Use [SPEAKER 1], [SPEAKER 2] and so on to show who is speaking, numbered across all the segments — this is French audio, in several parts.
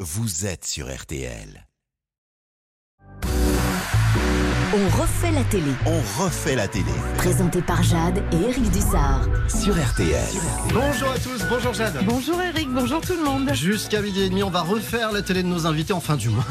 [SPEAKER 1] vous êtes sur RTL.
[SPEAKER 2] On refait la télé.
[SPEAKER 1] On refait la télé
[SPEAKER 2] Présenté par Jade et Eric Dussard.
[SPEAKER 1] sur RTL.
[SPEAKER 3] Bonjour à tous, bonjour Jeanne.
[SPEAKER 4] Bonjour Eric, bonjour tout le monde.
[SPEAKER 3] Jusqu'à midi et demi, on va refaire la télé de nos invités, enfin du moins.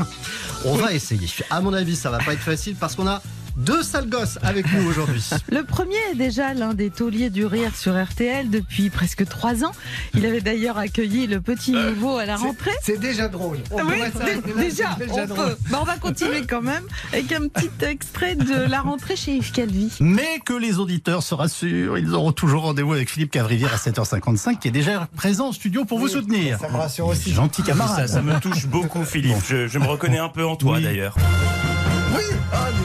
[SPEAKER 3] On va essayer. À mon avis, ça va pas être facile parce qu'on a deux sales gosses avec nous aujourd'hui.
[SPEAKER 4] Le premier est déjà l'un des tauliers du rire sur RTL depuis presque trois ans. Il avait d'ailleurs accueilli le petit nouveau à la rentrée.
[SPEAKER 5] Euh, C'est déjà drôle. On
[SPEAKER 4] Oui,
[SPEAKER 5] pourrait s'arrêter
[SPEAKER 4] dé-
[SPEAKER 5] là,
[SPEAKER 4] déjà,
[SPEAKER 5] c'est
[SPEAKER 4] on peut. Bah, on va continuer quand même avec un petit extrait de la rentrée chez Yves Calvi.
[SPEAKER 3] Mais que les auditeurs se rassurent, ils auront toujours rendez-vous avec Philippe Cavrivière à 7h55 qui est déjà présent en studio pour vous soutenir.
[SPEAKER 5] Ça me rassure aussi.
[SPEAKER 3] Gentil
[SPEAKER 6] Ça,
[SPEAKER 3] camarade.
[SPEAKER 6] ça me touche beaucoup, Philippe. Je, je me reconnais un peu en toi,
[SPEAKER 3] Oui.
[SPEAKER 6] d'ailleurs.
[SPEAKER 5] Oui Ah, dis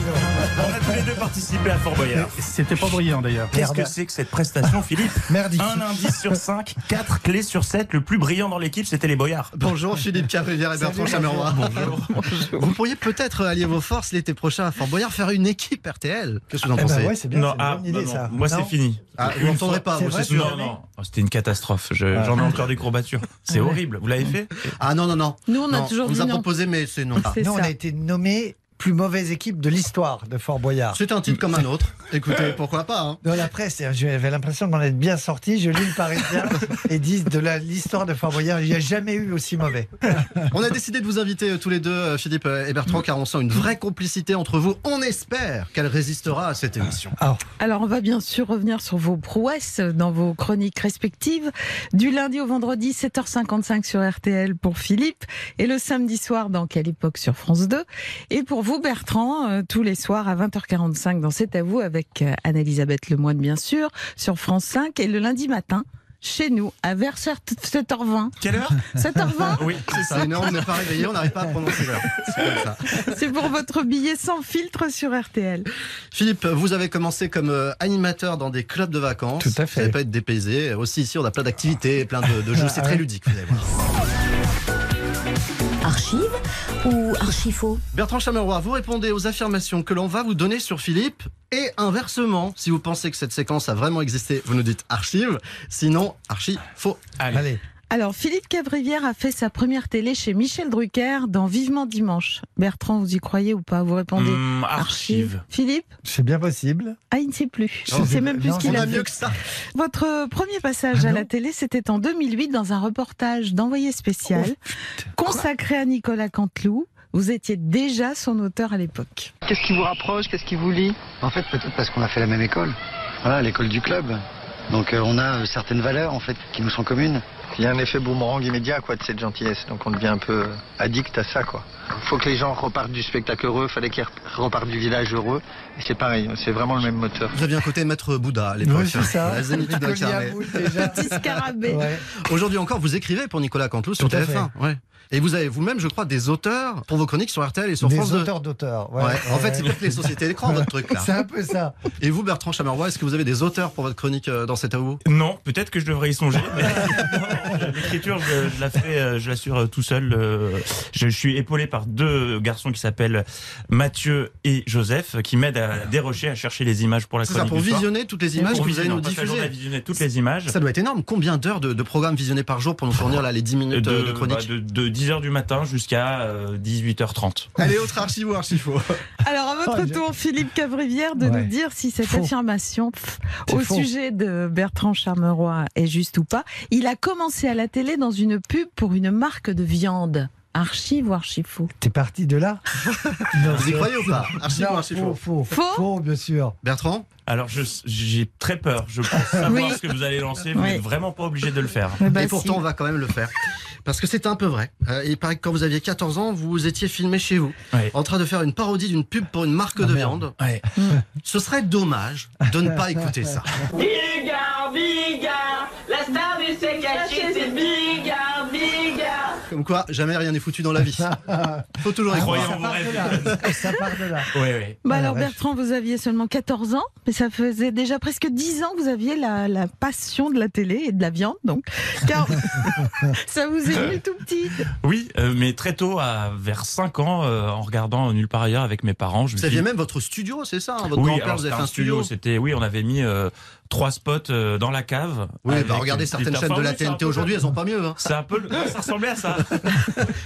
[SPEAKER 6] On a tous les deux participé à Fort Boyard.
[SPEAKER 3] C'était pas brillant d'ailleurs.
[SPEAKER 6] Qu'est-ce que c'est que cette prestation, Philippe
[SPEAKER 5] donc. Merdique.
[SPEAKER 6] Un indice sur cinq, quatre clés sur sept. Le plus brillant dans l'équipe, c'était les Boyards.
[SPEAKER 3] Bonjour Philippe Cavrivière et Bertrand
[SPEAKER 5] Salut,
[SPEAKER 3] Chamerois. Bonjour. Vous pourriez peut-être allier vos forces l'été prochain à Fort Boyard, faire une équipe RTL. Qu'est-ce que vous en
[SPEAKER 5] Eh ben
[SPEAKER 3] pensez
[SPEAKER 5] ouais, c'est bien. c'est une bonne idée,
[SPEAKER 6] non,
[SPEAKER 5] ça.
[SPEAKER 6] moi c'est
[SPEAKER 5] Non
[SPEAKER 6] fini.
[SPEAKER 3] Ah, Vous n'entendrez pas,
[SPEAKER 5] c'est
[SPEAKER 3] vous,
[SPEAKER 5] vrai,
[SPEAKER 3] c'est
[SPEAKER 5] tu
[SPEAKER 3] sûr.
[SPEAKER 6] Non, non, Oh, c'était une catastrophe. Je- J'en ai encore des courbatures. C'est horrible. Vous l'avez fait
[SPEAKER 3] Ah non, non, non.
[SPEAKER 4] Nous, on a
[SPEAKER 3] Non,
[SPEAKER 4] toujours
[SPEAKER 3] vous
[SPEAKER 4] dit
[SPEAKER 3] a
[SPEAKER 4] non.
[SPEAKER 3] proposé, mais c'est non.
[SPEAKER 4] C'est
[SPEAKER 5] Nous, on
[SPEAKER 4] ça.
[SPEAKER 5] a été nommé plus mauvaise équipe de l'histoire de Fort Boyard.
[SPEAKER 3] C'est un titre comme un autre. Écoutez, pourquoi pas hein.
[SPEAKER 5] Dans la presse, j'avais l'impression de m'en être bien sorti. Je lis le Parisien et disent de la- l'histoire de Fort Boyard, il n'y a jamais eu aussi mauvais.
[SPEAKER 3] On a décidé de vous inviter euh, tous les deux, euh, Philippe euh, et Bertrand, car on sent une vraie complicité entre vous. On espère qu'elle résistera à cette émission.
[SPEAKER 4] Alors, on va bien sûr revenir sur vos prouesses dans vos chroniques respectives. Du lundi au vendredi, 7h55 sur RTL pour Philippe. Et le samedi soir, dans Quelle époque sur France 2. Et pour vous, Bertrand, euh, tous les soirs à 20h45 dans C'est à vous avec euh, Anne-Elisabeth Lemoine, bien sûr, sur France 5. Et le lundi matin, chez nous, à vers 7h20.
[SPEAKER 6] Quelle heure
[SPEAKER 4] 7h20
[SPEAKER 6] Oui, c'est
[SPEAKER 3] C'est énorme, on n'est pas réveillé, on n'arrive pas à prononcer l'heure. C'est comme ça.
[SPEAKER 4] C'est pour votre billet sans filtre sur RTL.
[SPEAKER 3] Philippe, vous avez commencé comme euh, animateur dans des clubs de vacances.
[SPEAKER 5] Tout à fait.
[SPEAKER 3] Vous n'allez pas être dépaysé. Aussi, ici, on a plein d'activités, plein de, de jeux. C'est
[SPEAKER 5] Ah
[SPEAKER 3] très
[SPEAKER 5] ouais.
[SPEAKER 3] ludique, vous allez voir.
[SPEAKER 2] Archive ou archifaux
[SPEAKER 3] Bertrand Chameroy, vous répondez aux affirmations que l'on va vous donner sur Philippe et inversement. Si vous pensez que cette séquence a vraiment existé, vous nous dites archive. Sinon, archi faux.
[SPEAKER 6] Allez.
[SPEAKER 5] Allez,
[SPEAKER 4] Alors, Philippe Cavrivière a fait sa première télé chez Michel Drucker dans Vivement Dimanche. Bertrand, vous y croyez ou pas Vous répondez
[SPEAKER 6] Hum, archive.
[SPEAKER 4] Philippe
[SPEAKER 5] c'est bien possible.
[SPEAKER 4] Ah, il ne sait plus.
[SPEAKER 5] Non,
[SPEAKER 4] il ne sait
[SPEAKER 5] c'est-
[SPEAKER 4] même plus
[SPEAKER 5] non,
[SPEAKER 4] ce
[SPEAKER 5] on
[SPEAKER 4] qu'il a
[SPEAKER 5] a
[SPEAKER 4] fait.
[SPEAKER 5] mieux
[SPEAKER 3] que ça.
[SPEAKER 4] Votre premier passage
[SPEAKER 5] Ah
[SPEAKER 4] à
[SPEAKER 5] non
[SPEAKER 4] la télé, c'était en 2008 dans un reportage d'envoyé spécial
[SPEAKER 5] Oh,
[SPEAKER 4] consacré à Nicolas Canteloup. Vous étiez déjà son auteur à l'époque.
[SPEAKER 7] Qu'est-ce qui vous rapproche Qu'est-ce qui vous lie
[SPEAKER 8] En fait, peut-être parce qu'on a fait la même école. Voilà, l'école du club. Donc euh, on a euh, certaines valeurs en fait qui nous sont communes.
[SPEAKER 9] Il y a un effet boomerang immédiat quoi de cette gentillesse, donc on devient un peu euh, addict à ça quoi. Faut que les gens repartent du spectacle heureux, fallait qu'ils repartent du village heureux, et c'est pareil, c'est vraiment le même moteur.
[SPEAKER 3] Vous aviez un côté maître Bouddha à l'époque.
[SPEAKER 5] Oui, c'est ça.
[SPEAKER 3] La zénitude
[SPEAKER 5] Collier à
[SPEAKER 3] incarnée.
[SPEAKER 5] boule, déjà.
[SPEAKER 4] Petit scarabée.
[SPEAKER 5] Ouais.
[SPEAKER 3] Aujourd'hui encore, vous écrivez pour Nicolas Canteloup sur
[SPEAKER 5] Tout à
[SPEAKER 3] TF1. Ouais. Et vous avez vous-même, je crois, des auteurs pour vos chroniques sur RTL et sur France
[SPEAKER 5] Des
[SPEAKER 3] 2.
[SPEAKER 5] auteurs d'auteurs.
[SPEAKER 3] Ouais.
[SPEAKER 5] ouais.
[SPEAKER 3] En
[SPEAKER 5] Ouais,
[SPEAKER 3] fait, c'est
[SPEAKER 5] ouais.
[SPEAKER 3] peut-être les sociétés d'écran, votre truc là.
[SPEAKER 5] c'est un peu ça.
[SPEAKER 3] Et vous, Bertrand Chameroy, est-ce que vous avez des auteurs pour votre chronique euh, dans cet avou
[SPEAKER 6] Non, peut-être que je devrais y songer. mais- Non, L'écriture, je, je la fais, euh, je l'assure euh, tout seul. euh, Je, je suis épaulé par deux garçons qui s'appellent Mathieu et Joseph, euh, qui m'aident à dérocher, à chercher les images pour la
[SPEAKER 3] C'est ça,
[SPEAKER 6] chronique.
[SPEAKER 3] pour
[SPEAKER 6] du soir.
[SPEAKER 3] visionner toutes les images
[SPEAKER 6] Pour
[SPEAKER 3] que vous allez
[SPEAKER 6] visionner,
[SPEAKER 3] nous
[SPEAKER 6] on passe la journée à
[SPEAKER 3] diffuser.
[SPEAKER 6] visionner toutes les images.
[SPEAKER 3] Ça doit être énorme. Combien d'heures de, de programmes visionnés par jour pour nous fournir là les 10 minutes euh, de, chronique
[SPEAKER 6] bah, de- de 10h du matin jusqu'à euh, 18h30.
[SPEAKER 3] Allez, autre archive ou archifaux.
[SPEAKER 4] Alors, à votre
[SPEAKER 5] Oh, je-
[SPEAKER 4] tour, Philippe Cavrivière, de
[SPEAKER 5] Ouais.
[SPEAKER 4] nous dire si cette
[SPEAKER 5] Faux.
[SPEAKER 4] affirmation pff,
[SPEAKER 5] C'est
[SPEAKER 4] au
[SPEAKER 5] faux.
[SPEAKER 4] sujet de Bertrand Charmeroy est juste ou pas. Il a commencé à la télé dans une pub pour une marque de viande. Archive ou archifaux
[SPEAKER 5] T'es parti de là non,
[SPEAKER 3] Vous y
[SPEAKER 5] c'est-
[SPEAKER 3] croyez ou pas Archive ou
[SPEAKER 5] Non,
[SPEAKER 3] archifaux
[SPEAKER 5] faux, faux,
[SPEAKER 4] Faux
[SPEAKER 5] faux, bien sûr.
[SPEAKER 3] Bertrand
[SPEAKER 6] Alors je- j'ai très peur. Je pense savoir
[SPEAKER 4] Oui.
[SPEAKER 6] ce que vous allez lancer. Vous
[SPEAKER 4] Oui.
[SPEAKER 6] n'êtes vraiment pas obligé de le faire.
[SPEAKER 3] Et pourtant, on va quand même le faire. Parce que c'est un peu vrai. Euh, il paraît que quand vous aviez 14 ans, vous étiez filmé chez vous,
[SPEAKER 6] Ouais.
[SPEAKER 3] en train de faire une parodie d'une pub pour une marque de viande.
[SPEAKER 6] Ouais.
[SPEAKER 3] Ce serait dommage de ne pas écouter ça.
[SPEAKER 10] Bigard, Bigard, la star du CKC, c'est Bigard, Bigard.
[SPEAKER 3] Comme quoi, jamais rien n'est foutu dans la vie. Faut toujours y
[SPEAKER 6] Croyons
[SPEAKER 3] croire.
[SPEAKER 5] Ça
[SPEAKER 6] en
[SPEAKER 5] part
[SPEAKER 6] rêve.
[SPEAKER 5] de là. Ça part de là.
[SPEAKER 6] Ouais, ouais.
[SPEAKER 4] Bah
[SPEAKER 5] Ah, la
[SPEAKER 4] alors
[SPEAKER 5] vache.
[SPEAKER 4] Bertrand, vous aviez seulement 14 ans, mais ça faisait déjà presque 10 ans que vous aviez la, la passion de la télé et de la viande, donc. Car ça vous est venu tout petit.
[SPEAKER 6] Oui, euh, mais très tôt, à vers 5 ans, euh, en regardant Nulle part ailleurs avec mes parents, je me
[SPEAKER 3] Vous
[SPEAKER 6] suis dit-
[SPEAKER 3] aviez même votre studio, c'est ça hein Votre
[SPEAKER 6] Oui,
[SPEAKER 3] grand-père
[SPEAKER 6] alors,
[SPEAKER 3] vous
[SPEAKER 6] c'était
[SPEAKER 3] avez fait
[SPEAKER 6] un studio. C'était oui, on avait mis euh, trois spots euh, dans la cave.
[SPEAKER 3] Oui,
[SPEAKER 6] Avec
[SPEAKER 3] bah regardez
[SPEAKER 6] une
[SPEAKER 3] certaines
[SPEAKER 6] petite
[SPEAKER 3] chaînes de la
[SPEAKER 6] performance,
[SPEAKER 3] TNT
[SPEAKER 6] c'est un peu-
[SPEAKER 3] aujourd'hui, elles ont pas mieux. Hein.
[SPEAKER 6] C'est un peu, le- ça ressemblait à ça.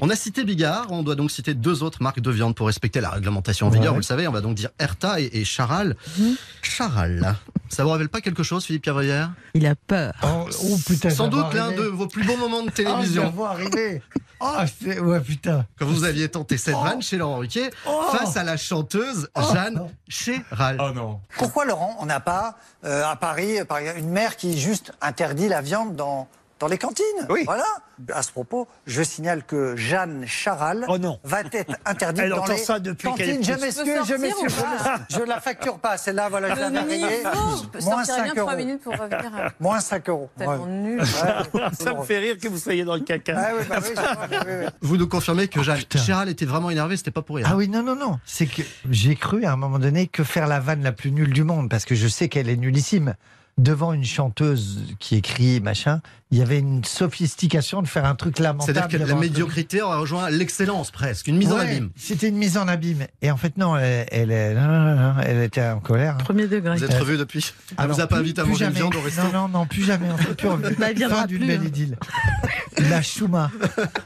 [SPEAKER 3] On a cité Bigard, on doit donc citer deux autres marques de viande pour respecter la réglementation en
[SPEAKER 5] Ouais. Mhm.
[SPEAKER 3] vigueur, vous le savez, on va donc dire Erta et, et Charal. Charal, ça vous rappelle pas quelque chose, Philippe Cavrière
[SPEAKER 4] Il a peur.
[SPEAKER 5] Oh, oh, putain, je
[SPEAKER 3] Sans
[SPEAKER 5] la vois
[SPEAKER 3] doute l'un
[SPEAKER 5] arriver.
[SPEAKER 3] de vos plus beaux moments de
[SPEAKER 5] Ah, je la
[SPEAKER 3] télévision,
[SPEAKER 5] vois arriver.
[SPEAKER 11] Ah,
[SPEAKER 5] Oh, c'est- ouais, putain.
[SPEAKER 3] quand vous aviez tenté cette
[SPEAKER 5] Oh.
[SPEAKER 3] vanne chez Laurent Ruquier,
[SPEAKER 5] Oh.
[SPEAKER 3] face à la chanteuse
[SPEAKER 5] Oh.
[SPEAKER 3] Jeanne Chéral.
[SPEAKER 6] Oh non.
[SPEAKER 12] Pourquoi, Laurent, on n'a pas euh, à Paris euh, par exemple, une mère qui juste interdit la viande dans, dans les cantines
[SPEAKER 9] Oui.
[SPEAKER 12] Voilà. À ce propos, je signale que Jeanne Charal
[SPEAKER 13] Oh non.
[SPEAKER 12] va être interdite
[SPEAKER 13] Elle
[SPEAKER 12] dans
[SPEAKER 13] entend
[SPEAKER 12] les
[SPEAKER 13] ça depuis qu'elle est
[SPEAKER 12] cantines. Je
[SPEAKER 13] petite.
[SPEAKER 12] m'excuse,
[SPEAKER 11] Je peux
[SPEAKER 12] je
[SPEAKER 11] sortir
[SPEAKER 12] m'excuse.
[SPEAKER 11] ou pas
[SPEAKER 12] Je ne la facture pas. Celle-là,
[SPEAKER 5] Ah,
[SPEAKER 12] voilà, je
[SPEAKER 11] Le
[SPEAKER 12] la payer.
[SPEAKER 11] niveau, je peux
[SPEAKER 12] Moins
[SPEAKER 11] sortir bien
[SPEAKER 12] 5 euros.
[SPEAKER 11] 3 minutes pour revenir. à-
[SPEAKER 12] Moins 5 euros.
[SPEAKER 11] Tellement nul.
[SPEAKER 13] Ça me fait rire que vous soyez dans le caca.
[SPEAKER 12] Ah oui, bah oui, je vois, bah oui, oui.
[SPEAKER 3] Vous nous confirmez que Jeanne
[SPEAKER 5] Oh, putain.
[SPEAKER 3] Chéral était vraiment énervée, c'était pas pour rien.
[SPEAKER 5] Ah oui, non, non, non. C'est que j'ai cru à un moment donné que faire la vanne la plus nulle du monde, parce que je sais qu'elle est nullissime. Devant une chanteuse qui écrit machin, il y avait une sophistication de faire un truc lamentable.
[SPEAKER 3] C'est-à-dire que la
[SPEAKER 5] devant un truc-
[SPEAKER 3] médiocrité aurait rejoint l'excellence presque, une mise en
[SPEAKER 5] Ouais,
[SPEAKER 3] abîme.
[SPEAKER 5] C'était une mise en abîme. Et en fait, non, elle, elle, est- non, non, non, non, elle était en colère. hein.
[SPEAKER 4] Premier degré.
[SPEAKER 3] Vous êtes revus depuis Elle
[SPEAKER 5] Alors,
[SPEAKER 3] vous a pas
[SPEAKER 5] plus-
[SPEAKER 3] invité à
[SPEAKER 5] plus
[SPEAKER 3] manger une
[SPEAKER 5] jamais.
[SPEAKER 3] viande au resto
[SPEAKER 5] Non, non, non, plus jamais. On s'est plus revu.
[SPEAKER 4] Bah, elle viendra
[SPEAKER 5] Fin d'une
[SPEAKER 4] plus,
[SPEAKER 5] belle
[SPEAKER 4] hein.
[SPEAKER 5] idylle. La chouma.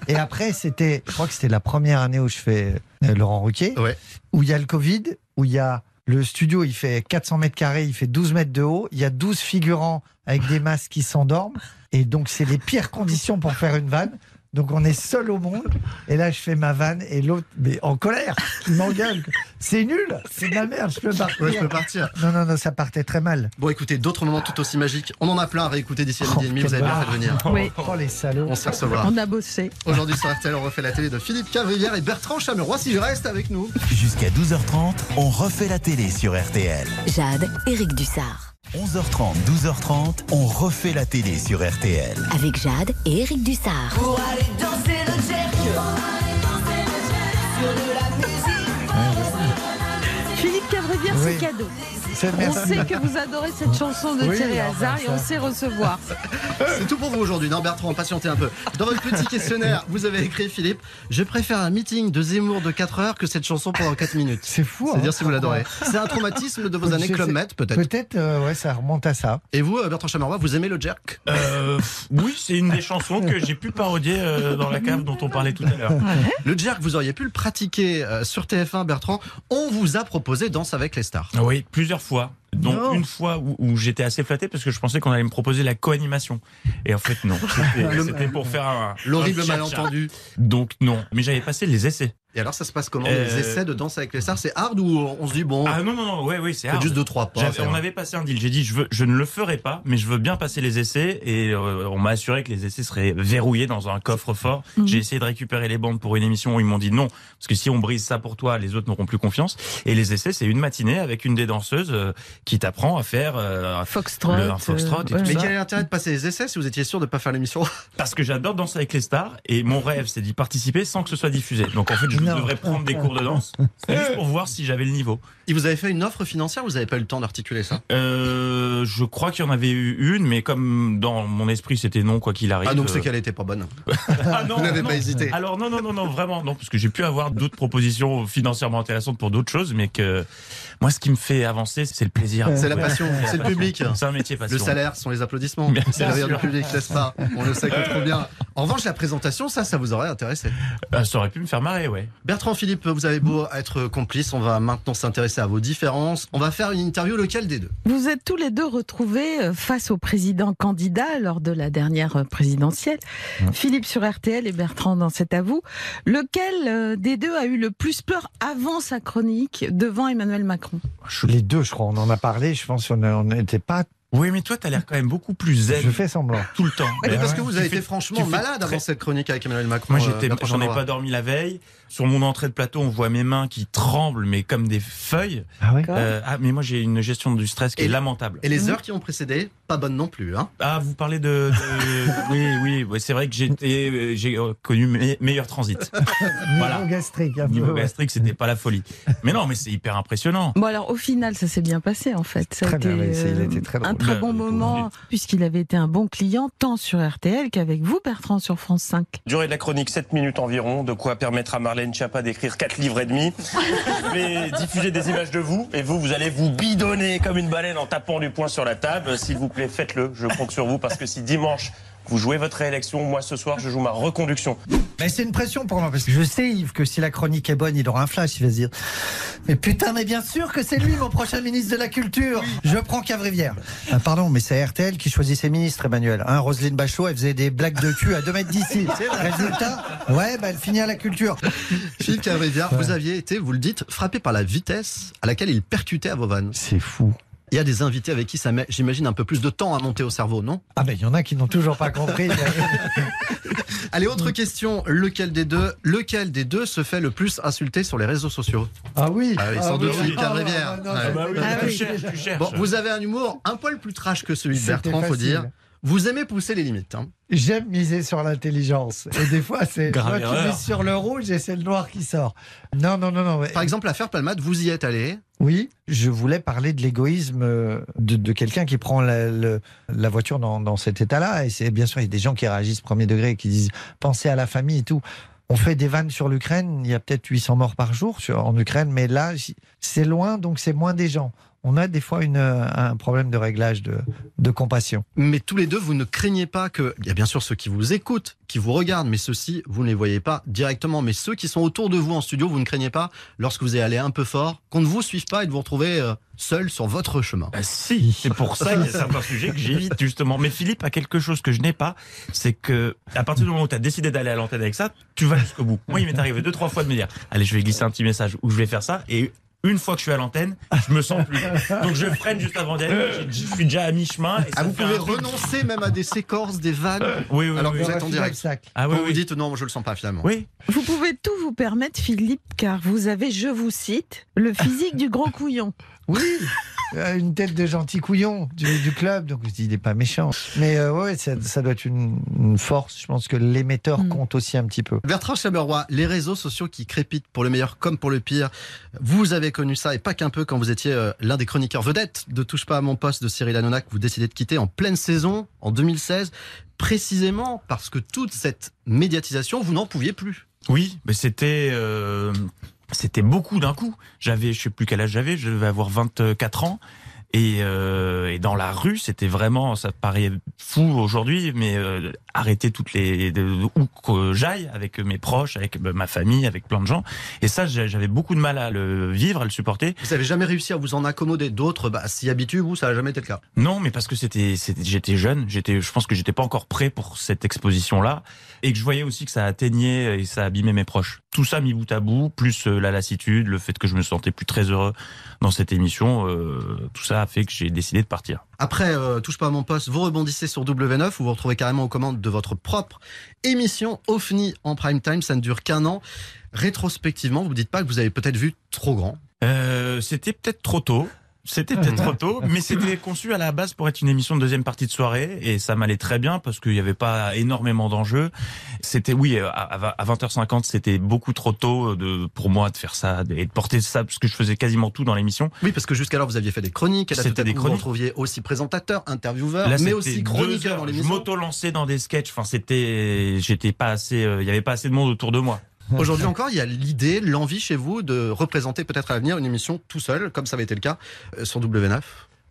[SPEAKER 5] Et après, c'était, je crois que c'était la première année où je fais euh, Laurent Ruquier,
[SPEAKER 3] Ouais.
[SPEAKER 5] où il y a le Covid, où il y a le studio, il fait 400 mètres carrés, il fait 12 mètres de haut, il y a 12 figurants avec des masques qui s'endorment. Et donc, c'est les pires conditions pour faire une vanne. Donc, on est seul au monde. Et là, je fais ma vanne et l'autre, mais en colère, qui m'engueule. C'est nul, c'est de la merde, je peux partir.
[SPEAKER 3] Ouais, je peux partir.
[SPEAKER 5] Non, non, non, ça partait très mal.
[SPEAKER 3] Bon, écoutez, d'autres moments tout aussi magiques. On en a plein à réécouter d'ici à midi et demi. Vous avez bien fait de venir.
[SPEAKER 4] Oui.
[SPEAKER 5] Oh les salauds.
[SPEAKER 3] On se
[SPEAKER 5] Ah.
[SPEAKER 3] recevra.
[SPEAKER 4] On a bossé.
[SPEAKER 3] Aujourd'hui sur RTL, on refait la télé de Philippe Cavrière et Bertrand Chameroy. S'il reste avec nous.
[SPEAKER 1] Jusqu'à 12h30, on refait la télé sur RTL.
[SPEAKER 2] Jade, Éric Dussard.
[SPEAKER 1] 11h30, 12h30, on refait la télé sur RTL.
[SPEAKER 2] Avec Jade et Éric Dussard.
[SPEAKER 4] Philippe Cavrivière,
[SPEAKER 5] Oui.
[SPEAKER 4] c'est cadeau.
[SPEAKER 5] C'est-
[SPEAKER 4] On
[SPEAKER 5] merci.
[SPEAKER 4] sait que vous adorez cette chanson de
[SPEAKER 5] Oui,
[SPEAKER 4] Thierry
[SPEAKER 5] alors,
[SPEAKER 4] Hazard
[SPEAKER 5] ben,
[SPEAKER 4] et
[SPEAKER 5] ça.
[SPEAKER 4] on sait recevoir.
[SPEAKER 3] C'est tout pour vous aujourd'hui. Non, Bertrand, patientez un peu. Dans votre petit questionnaire, vous avez écrit, Philippe, je préfère un meeting de Zemmour de 4 heures que cette chanson pendant 4 minutes.
[SPEAKER 5] C'est fou.
[SPEAKER 3] C'est
[SPEAKER 5] hein.
[SPEAKER 3] dire si vous l'adorez. C'est un traumatisme de vos
[SPEAKER 5] Je
[SPEAKER 3] années
[SPEAKER 5] sais-
[SPEAKER 3] Club Med, peut-être.
[SPEAKER 5] Peut-être, euh, ouais, ça remonte à ça.
[SPEAKER 3] Et vous, euh, Bertrand Chameroy, vous aimez le jerk
[SPEAKER 6] Euh, oui, c'est une des chansons que j'ai pu parodier euh, dans la cave dont on parlait tout à l'heure.
[SPEAKER 3] Le jerk, vous auriez pu le pratiquer euh, sur TF1, Bertrand. On vous a proposé Danse avec les stars.
[SPEAKER 6] Oui, plusieurs fois. Dont
[SPEAKER 3] Oh.
[SPEAKER 5] Non.
[SPEAKER 6] une fois où, où j'étais assez flatté parce que je pensais qu'on allait me proposer la co-animation. Et en fait, non. C'était- C'était pour faire un.
[SPEAKER 3] L'horrible
[SPEAKER 5] Oh,
[SPEAKER 6] un cha-cha.
[SPEAKER 3] malentendu.
[SPEAKER 6] Donc, non. Mais j'avais passé les essais.
[SPEAKER 3] Et alors, ça se passe comment Les
[SPEAKER 6] Euh,
[SPEAKER 3] essais de danse avec les stars, c'est hard ou on se dit, bon,
[SPEAKER 6] Ah non, non, non. Ouais, oui, c'est
[SPEAKER 3] Oh. faites
[SPEAKER 6] hard.
[SPEAKER 3] juste deux, trois pas.
[SPEAKER 6] J'avais- on avait passé un deal. J'ai dit, je, veux, je ne le ferai pas, mais je veux bien passer les essais. Et euh, on m'a assuré que les essais seraient verrouillés dans un coffre-fort. J'ai essayé de récupérer les bandes pour une émission où ils m'ont dit non, parce que si on brise ça pour toi, les autres n'auront plus confiance. Et les essais, c'est une matinée avec une des danseuses euh, qui t'apprend à faire euh, un
[SPEAKER 4] Foxtrot.
[SPEAKER 6] Le- un foxtrot et tout
[SPEAKER 4] euh,
[SPEAKER 3] Mais
[SPEAKER 4] voilà.
[SPEAKER 3] quel est l'intérêt de passer les essais si vous étiez sûr de ne pas faire l'émission
[SPEAKER 6] Parce que j'adore danser avec les stars et mon rêve c'est d'y participer sans que ce soit diffusé. Donc en fait je
[SPEAKER 5] Non.
[SPEAKER 6] devrais prendre des cours de danse juste pour voir si j'avais le niveau.
[SPEAKER 3] Ils vous avaient fait une offre financière, vous n'avez pas eu le temps d'articuler ça
[SPEAKER 6] Euh, je crois qu'il y en avait eu une mais comme dans mon esprit c'était non quoi qu'il arrive.
[SPEAKER 3] Ah, donc c'est
[SPEAKER 6] euh,
[SPEAKER 3] qu'elle n'était pas bonne.
[SPEAKER 6] ah non,
[SPEAKER 3] Vous n'avez
[SPEAKER 6] non.
[SPEAKER 3] pas hésité.
[SPEAKER 6] Alors non non non non vraiment non parce que j'ai pu avoir d'autres propositions financièrement intéressantes pour d'autres choses mais que moi ce qui me fait avancer c'est le plaisir.
[SPEAKER 3] C'est la
[SPEAKER 6] Ouais.
[SPEAKER 3] passion, c'est le public.
[SPEAKER 6] C'est un métier passion.
[SPEAKER 3] Le salaire sont les applaudissements.
[SPEAKER 6] Bien
[SPEAKER 3] C'est le rire
[SPEAKER 6] sûr.
[SPEAKER 3] du public, n'est-ce pas On le sait que trop bien. En revanche, la présentation, ça, ça vous aurait intéressé.
[SPEAKER 6] Ah, ça aurait pu me faire marrer ouais.
[SPEAKER 3] Bertrand Philippe, vous avez beau être complice, on va maintenant s'intéresser à vos différences. On va faire une interview, lequel des deux
[SPEAKER 4] Vous êtes tous les deux retrouvés euh, face au président candidat lors de la dernière euh, présidentielle, Philippe sur RTL et Bertrand dans cet à vous. Lequel euh, des deux a eu le plus peur avant sa chronique devant Emmanuel Macron
[SPEAKER 5] Les deux, je crois, on en a parlé. Je pense qu'on n'était pas.
[SPEAKER 6] Oui mais toi t'as l'air quand même beaucoup plus zen.
[SPEAKER 5] Je fais semblant.
[SPEAKER 6] tout le temps.
[SPEAKER 3] Mais
[SPEAKER 6] Mais
[SPEAKER 3] Parce
[SPEAKER 6] ouais.
[SPEAKER 3] que vous avez été
[SPEAKER 6] Tu fais-
[SPEAKER 3] franchement
[SPEAKER 6] tu fais
[SPEAKER 3] malade
[SPEAKER 6] très-
[SPEAKER 3] avant cette chronique avec Emmanuel Macron.
[SPEAKER 6] Moi,
[SPEAKER 3] euh,
[SPEAKER 6] j'étais,
[SPEAKER 3] Bertrand
[SPEAKER 6] j'en ai
[SPEAKER 3] Chameroy.
[SPEAKER 6] pas dormi la veille. Sur mon entrée de plateau, on voit mes mains qui tremblent, mais comme des feuilles.
[SPEAKER 5] Ah oui
[SPEAKER 6] Euh, ah, mais moi, j'ai une gestion du stress qui
[SPEAKER 3] Et-
[SPEAKER 6] est lamentable.
[SPEAKER 3] Et les heures qui ont précédé, pas bonnes non plus. Hein.
[SPEAKER 6] Ah, vous parlez de. de- oui, oui, ouais, c'est vrai que j'étais, euh, j'ai euh, connu me- meilleur transit. Voilà.
[SPEAKER 5] Niveau gastrique, un peu,
[SPEAKER 6] Niveau
[SPEAKER 5] Ah, bah ouais.
[SPEAKER 6] gastrique, c'était pas la folie. Mais non, mais c'est hyper impressionnant.
[SPEAKER 4] Bon alors au final ça s'est bien passé en fait. Ça a
[SPEAKER 5] Très
[SPEAKER 4] été,
[SPEAKER 5] bien, oui, c'est- il a
[SPEAKER 4] euh,
[SPEAKER 5] été très drôle.
[SPEAKER 4] très
[SPEAKER 6] Bah,
[SPEAKER 4] bon
[SPEAKER 6] pour
[SPEAKER 4] moment,
[SPEAKER 6] minutes.
[SPEAKER 4] puisqu'il avait été un bon client, tant sur RTL qu'avec vous, Bertrand, sur France 5.
[SPEAKER 11] Durée de la chronique, 7 minutes environ, de quoi permettre à Marlène Chapa d'écrire 4 livres et demi. Je vais diffuser des images de vous et vous, vous allez vous bidonner comme une baleine en tapant du poing sur la table. S'il vous plaît, faites-le, je compte sur vous parce que si dimanche vous jouez votre réélection, moi ce soir je joue ma reconduction.
[SPEAKER 5] Mais c'est une pression pour moi, parce que je sais, Yves, que si la chronique est bonne, il aura un flash, il va se dire. Mais putain, mais bien sûr que c'est lui, mon prochain ministre de la Culture. Je prends Cavrivière. Ah, pardon, mais c'est RTL qui choisit ses ministres, Emmanuel. Hein, Roselyne Bachelot, elle faisait des blagues de cul à 2 mètres d'ici. Résultat, ouais, bah, elle finit à la culture.
[SPEAKER 3] Philippe Cavrivière, vous aviez été, vous le dites, frappé par la vitesse à laquelle il percutait à vos vannes.
[SPEAKER 5] C'est fou.
[SPEAKER 3] Il y a des invités avec qui ça met, j'imagine, un peu plus de temps à monter au cerveau, non
[SPEAKER 5] Ah, ben, il y en a qui n'ont toujours pas compris.
[SPEAKER 3] Allez,
[SPEAKER 5] Mhm.
[SPEAKER 3] autre question. Lequel des deux, lequel des deux se fait le plus insulter sur les réseaux sociaux
[SPEAKER 5] Ah oui.
[SPEAKER 3] Ah oui,
[SPEAKER 5] Ah
[SPEAKER 3] sans
[SPEAKER 5] oui.
[SPEAKER 3] doute Philippe
[SPEAKER 5] Ah,
[SPEAKER 3] Cavrivière.
[SPEAKER 5] non, non, non,
[SPEAKER 3] Ouais.
[SPEAKER 5] bah oui, Ah tu oui. cherches, tu cherches.
[SPEAKER 3] Bon, vous avez un humour un poil plus trash que celui de
[SPEAKER 5] C'était
[SPEAKER 3] Bertrand, faut
[SPEAKER 5] facile.
[SPEAKER 3] dire. Vous aimez pousser les limites. hein.
[SPEAKER 5] J'aime miser sur l'intelligence. Et des fois, c'est
[SPEAKER 3] Grave
[SPEAKER 5] moi qui
[SPEAKER 3] erreur.
[SPEAKER 5] mise sur le rouge et c'est le noir qui sort. Non, non, non, non.
[SPEAKER 3] Par exemple, l'affaire Palmade, vous y êtes allé.
[SPEAKER 5] Oui, je voulais parler de l'égoïsme euh, de, de quelqu'un qui prend la, le- la voiture dans, dans cet état-là. Et c'est bien sûr, il y a des gens qui réagissent premier degré, qui disent pensez à la famille et tout. On fait des vannes sur l'Ukraine. Il y a peut-être 800 morts par jour sur- en Ukraine, mais là, j- c'est loin, donc c'est moins des gens. On a des fois une, euh, un problème de réglage de, de compassion.
[SPEAKER 3] Mais tous les deux, vous ne craignez pas que. Il y a bien sûr ceux qui vous écoutent, qui vous regardent, mais ceux-ci, vous ne les voyez pas directement. Mais ceux qui sont autour de vous en studio, vous ne craignez pas, lorsque vous allez aller un peu fort, qu'on ne vous suive pas et de vous retrouver euh, seul sur votre chemin.
[SPEAKER 6] Ah, si, c'est pour ça qu'il y a certains sujets que j'évite justement. Mais Philippe a quelque chose que je n'ai pas, c'est que à partir du moment où tu as décidé d'aller à l'antenne avec ça, tu vas jusqu'au bout. Moi, il m'est arrivé deux trois fois de me dire "Allez, je vais glisser un petit message ou je vais faire ça" et une fois que je suis à l'antenne, je me sens plus. Donc je freine juste avant d'y aller. Je je suis déjà à mi-chemin. et ça
[SPEAKER 3] Ah, vous
[SPEAKER 6] fait
[SPEAKER 3] pouvez
[SPEAKER 6] un truc-
[SPEAKER 3] renoncer même à des séquences, des vannes,
[SPEAKER 6] Oui, oui,
[SPEAKER 3] alors
[SPEAKER 6] Euh, oui.
[SPEAKER 3] que vous êtes en direct.
[SPEAKER 6] Ah oui,
[SPEAKER 3] Quand
[SPEAKER 6] oui.
[SPEAKER 3] vous dites non, je le sens pas finalement.
[SPEAKER 6] Oui.
[SPEAKER 4] Vous pouvez tout vous permettre, Philippe, car vous avez, je vous cite, le physique du gros couillon.
[SPEAKER 5] Oui, euh, une tête de gentil couillon du, du club, donc je dis il n'est pas méchant. Mais euh, ouais, ça, ça doit être une, une force. Je pense que l'émetteur compte aussi un petit peu.
[SPEAKER 3] Bertrand Chameroy, les réseaux sociaux qui crépitent pour le meilleur comme pour le pire, vous avez connu ça et pas qu'un peu quand vous étiez euh, l'un des chroniqueurs vedettes de Touche pas à mon poste de Cyril Hanouna que vous décidez de quitter en pleine saison en 2016, précisément parce que toute cette médiatisation, vous n'en pouviez plus.
[SPEAKER 6] Oui, mais c'était euh, c'était beaucoup d'un coup. J'avais, je sais plus quel âge j'avais, je devais avoir 24 ans. Et, euh, et dans la rue, c'était vraiment, ça paraît fou aujourd'hui, mais euh, arrêter toutes les de- où que j'aille avec mes proches, avec bah, ma famille, avec plein de gens. Et ça, j'a- j'avais beaucoup de mal à le vivre, à le supporter.
[SPEAKER 3] Vous n'avez jamais réussi à vous en accommoder. D'autres bah, s'y habituent, vous, ça n'a jamais été le cas.
[SPEAKER 6] Non, mais parce que c'était, c'était- j'étais jeune, j'étais, je pense que j'étais pas encore prêt pour cette exposition-là, et que je voyais aussi que ça atteignait et ça abîmait mes proches. Tout ça mis bout à bout, plus euh, la lassitude, le fait que je me sentais plus très heureux dans cette émission, euh, tout ça a fait que j'ai décidé de partir.
[SPEAKER 3] Après euh, Touche pas à mon poste, vous rebondissez sur W9 où vous vous retrouvez carrément aux commandes de votre propre émission OFNI en prime time. Ça ne dure qu'un an. Rétrospectivement, vous ne dites pas que vous avez peut-être vu trop grand.
[SPEAKER 6] Euh, c'était peut-être trop tôt. C'était peut-être trop tôt, mais c'était conçu à la base pour être une émission de deuxième partie de soirée et ça m'allait très bien parce qu'il n'y avait pas énormément d'enjeux. C'était oui euh, à- à à 20h50, c'était beaucoup trop tôt euh, de, pour moi de faire ça et de porter ça parce que je faisais quasiment tout dans l'émission.
[SPEAKER 3] Oui, parce que jusqu'alors vous aviez fait des chroniques. Là,
[SPEAKER 6] C'était
[SPEAKER 3] peut-être
[SPEAKER 6] des
[SPEAKER 3] vous vous
[SPEAKER 6] chroniques.
[SPEAKER 3] retrouviez aussi présentateur, intervieweur, Ah, mais
[SPEAKER 6] Là, c'était
[SPEAKER 3] aussi
[SPEAKER 6] deux
[SPEAKER 3] chroniqueur
[SPEAKER 6] heures.
[SPEAKER 3] dans
[SPEAKER 6] Je
[SPEAKER 3] l'émission.
[SPEAKER 6] m'auto-lançais dans des sketchs. Enfin, c'était, j'étais pas assez, euh, il n'y avait pas assez de monde autour de moi.
[SPEAKER 3] Aujourd'hui encore, il y a l'idée, l'envie chez vous de représenter peut-être à l'avenir une émission tout seul, comme ça avait été le cas euh, sur W9.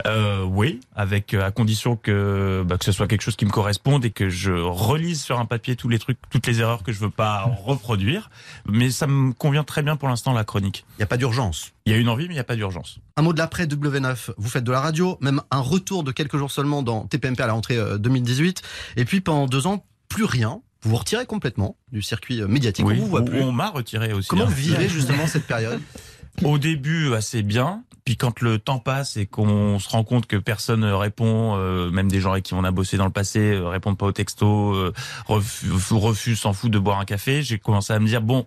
[SPEAKER 6] Euh, oui, avec euh, à condition que bah, que ce soit quelque chose qui me corresponde et que je relise sur un papier tous les trucs, toutes les erreurs que je veux pas reproduire. Mais ça me convient très bien pour l'instant la chronique.
[SPEAKER 3] Il n'y a pas d'urgence.
[SPEAKER 6] Il y a une envie, mais il n'y a pas d'urgence.
[SPEAKER 3] Un mot de l'après W9. Vous faites de la radio, même un retour de quelques jours seulement dans TPMP à la rentrée euh, 2018. Et puis pendant deux ans, plus rien. Vous vous retirez complètement du circuit euh, médiatique.
[SPEAKER 6] Oui,
[SPEAKER 3] on vous voit
[SPEAKER 6] on-
[SPEAKER 3] plus.
[SPEAKER 6] on m'a retiré aussi.
[SPEAKER 3] Comment
[SPEAKER 6] hein.
[SPEAKER 3] vous vivez justement cette période
[SPEAKER 6] Au début, assez bien. Puis quand le temps passe et qu'on se rend compte que personne ne répond, euh, même des gens avec qui on a bossé dans le passé euh, répondent pas aux textos, euh, refu- refusent, s'en foutent de boire un café, j'ai commencé à me dire bon,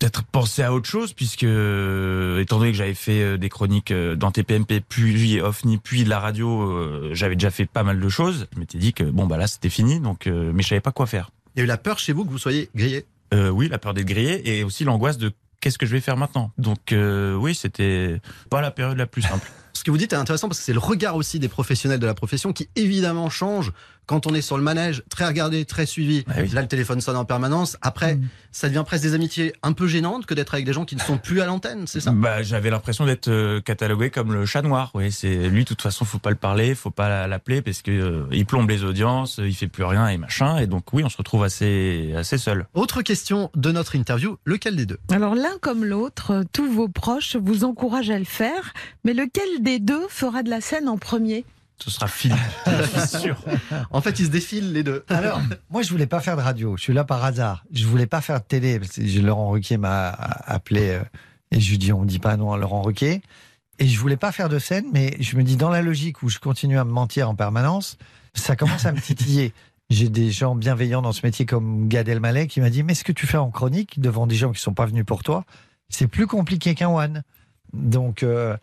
[SPEAKER 6] peut-être penser à autre chose puisque euh, étant donné que j'avais fait euh, des chroniques euh, dans TPMP puis Ofni puis de la radio, euh, j'avais déjà fait pas mal de choses. Je m'étais dit que bon bah là c'était fini donc euh, mais je savais pas quoi faire.
[SPEAKER 3] Il y a eu la peur chez vous que vous soyez grillé
[SPEAKER 6] Euh, oui, la peur d'être grillé et aussi l'angoisse de qu'est-ce que je vais faire maintenant. Donc euh, oui, c'était pas la période la plus simple.
[SPEAKER 3] Ce que vous dites est intéressant parce que c'est le regard aussi des professionnels de la profession qui évidemment change quand on est sur le manège, très regardé, très suivi.
[SPEAKER 6] Ah
[SPEAKER 3] Là, le téléphone sonne en permanence. Après, ça devient presque des amitiés un peu gênantes que d'être avec des gens qui ne sont plus à l'antenne, c'est ça
[SPEAKER 6] Bah, j'avais l'impression d'être euh, catalogué comme le chat noir. Oui, c'est lui. De toute façon, faut pas le parler, faut pas l'appeler parce que euh, il plombe les audiences, il fait plus rien et machin. Et donc oui, on se retrouve assez assez seul.
[SPEAKER 3] Autre question de notre interview, lequel des deux
[SPEAKER 4] Alors l'un comme l'autre, euh, tous vos proches vous encouragent à le faire, mais lequel des deux fera de la scène en premier
[SPEAKER 6] Ce sera Philippe, je suis sûr.
[SPEAKER 3] En fait, ils se défilent les deux.
[SPEAKER 5] Alors, moi, je voulais pas faire de radio. Je suis là par hasard. Je voulais pas faire de télé. parce que Laurent Ruquier m'a a- appelé euh, et je lui dis on dit pas non à Laurent Ruquier. Et je voulais pas faire de scène, mais je me dis dans la logique où je continue à me mentir en permanence, ça commence à me titiller. J'ai des gens bienveillants dans ce métier comme Gad Elmaleh qui m'a dit mais ce que tu fais en chronique devant des gens qui sont pas venus pour toi, c'est plus compliqué qu'un one. Donc euh,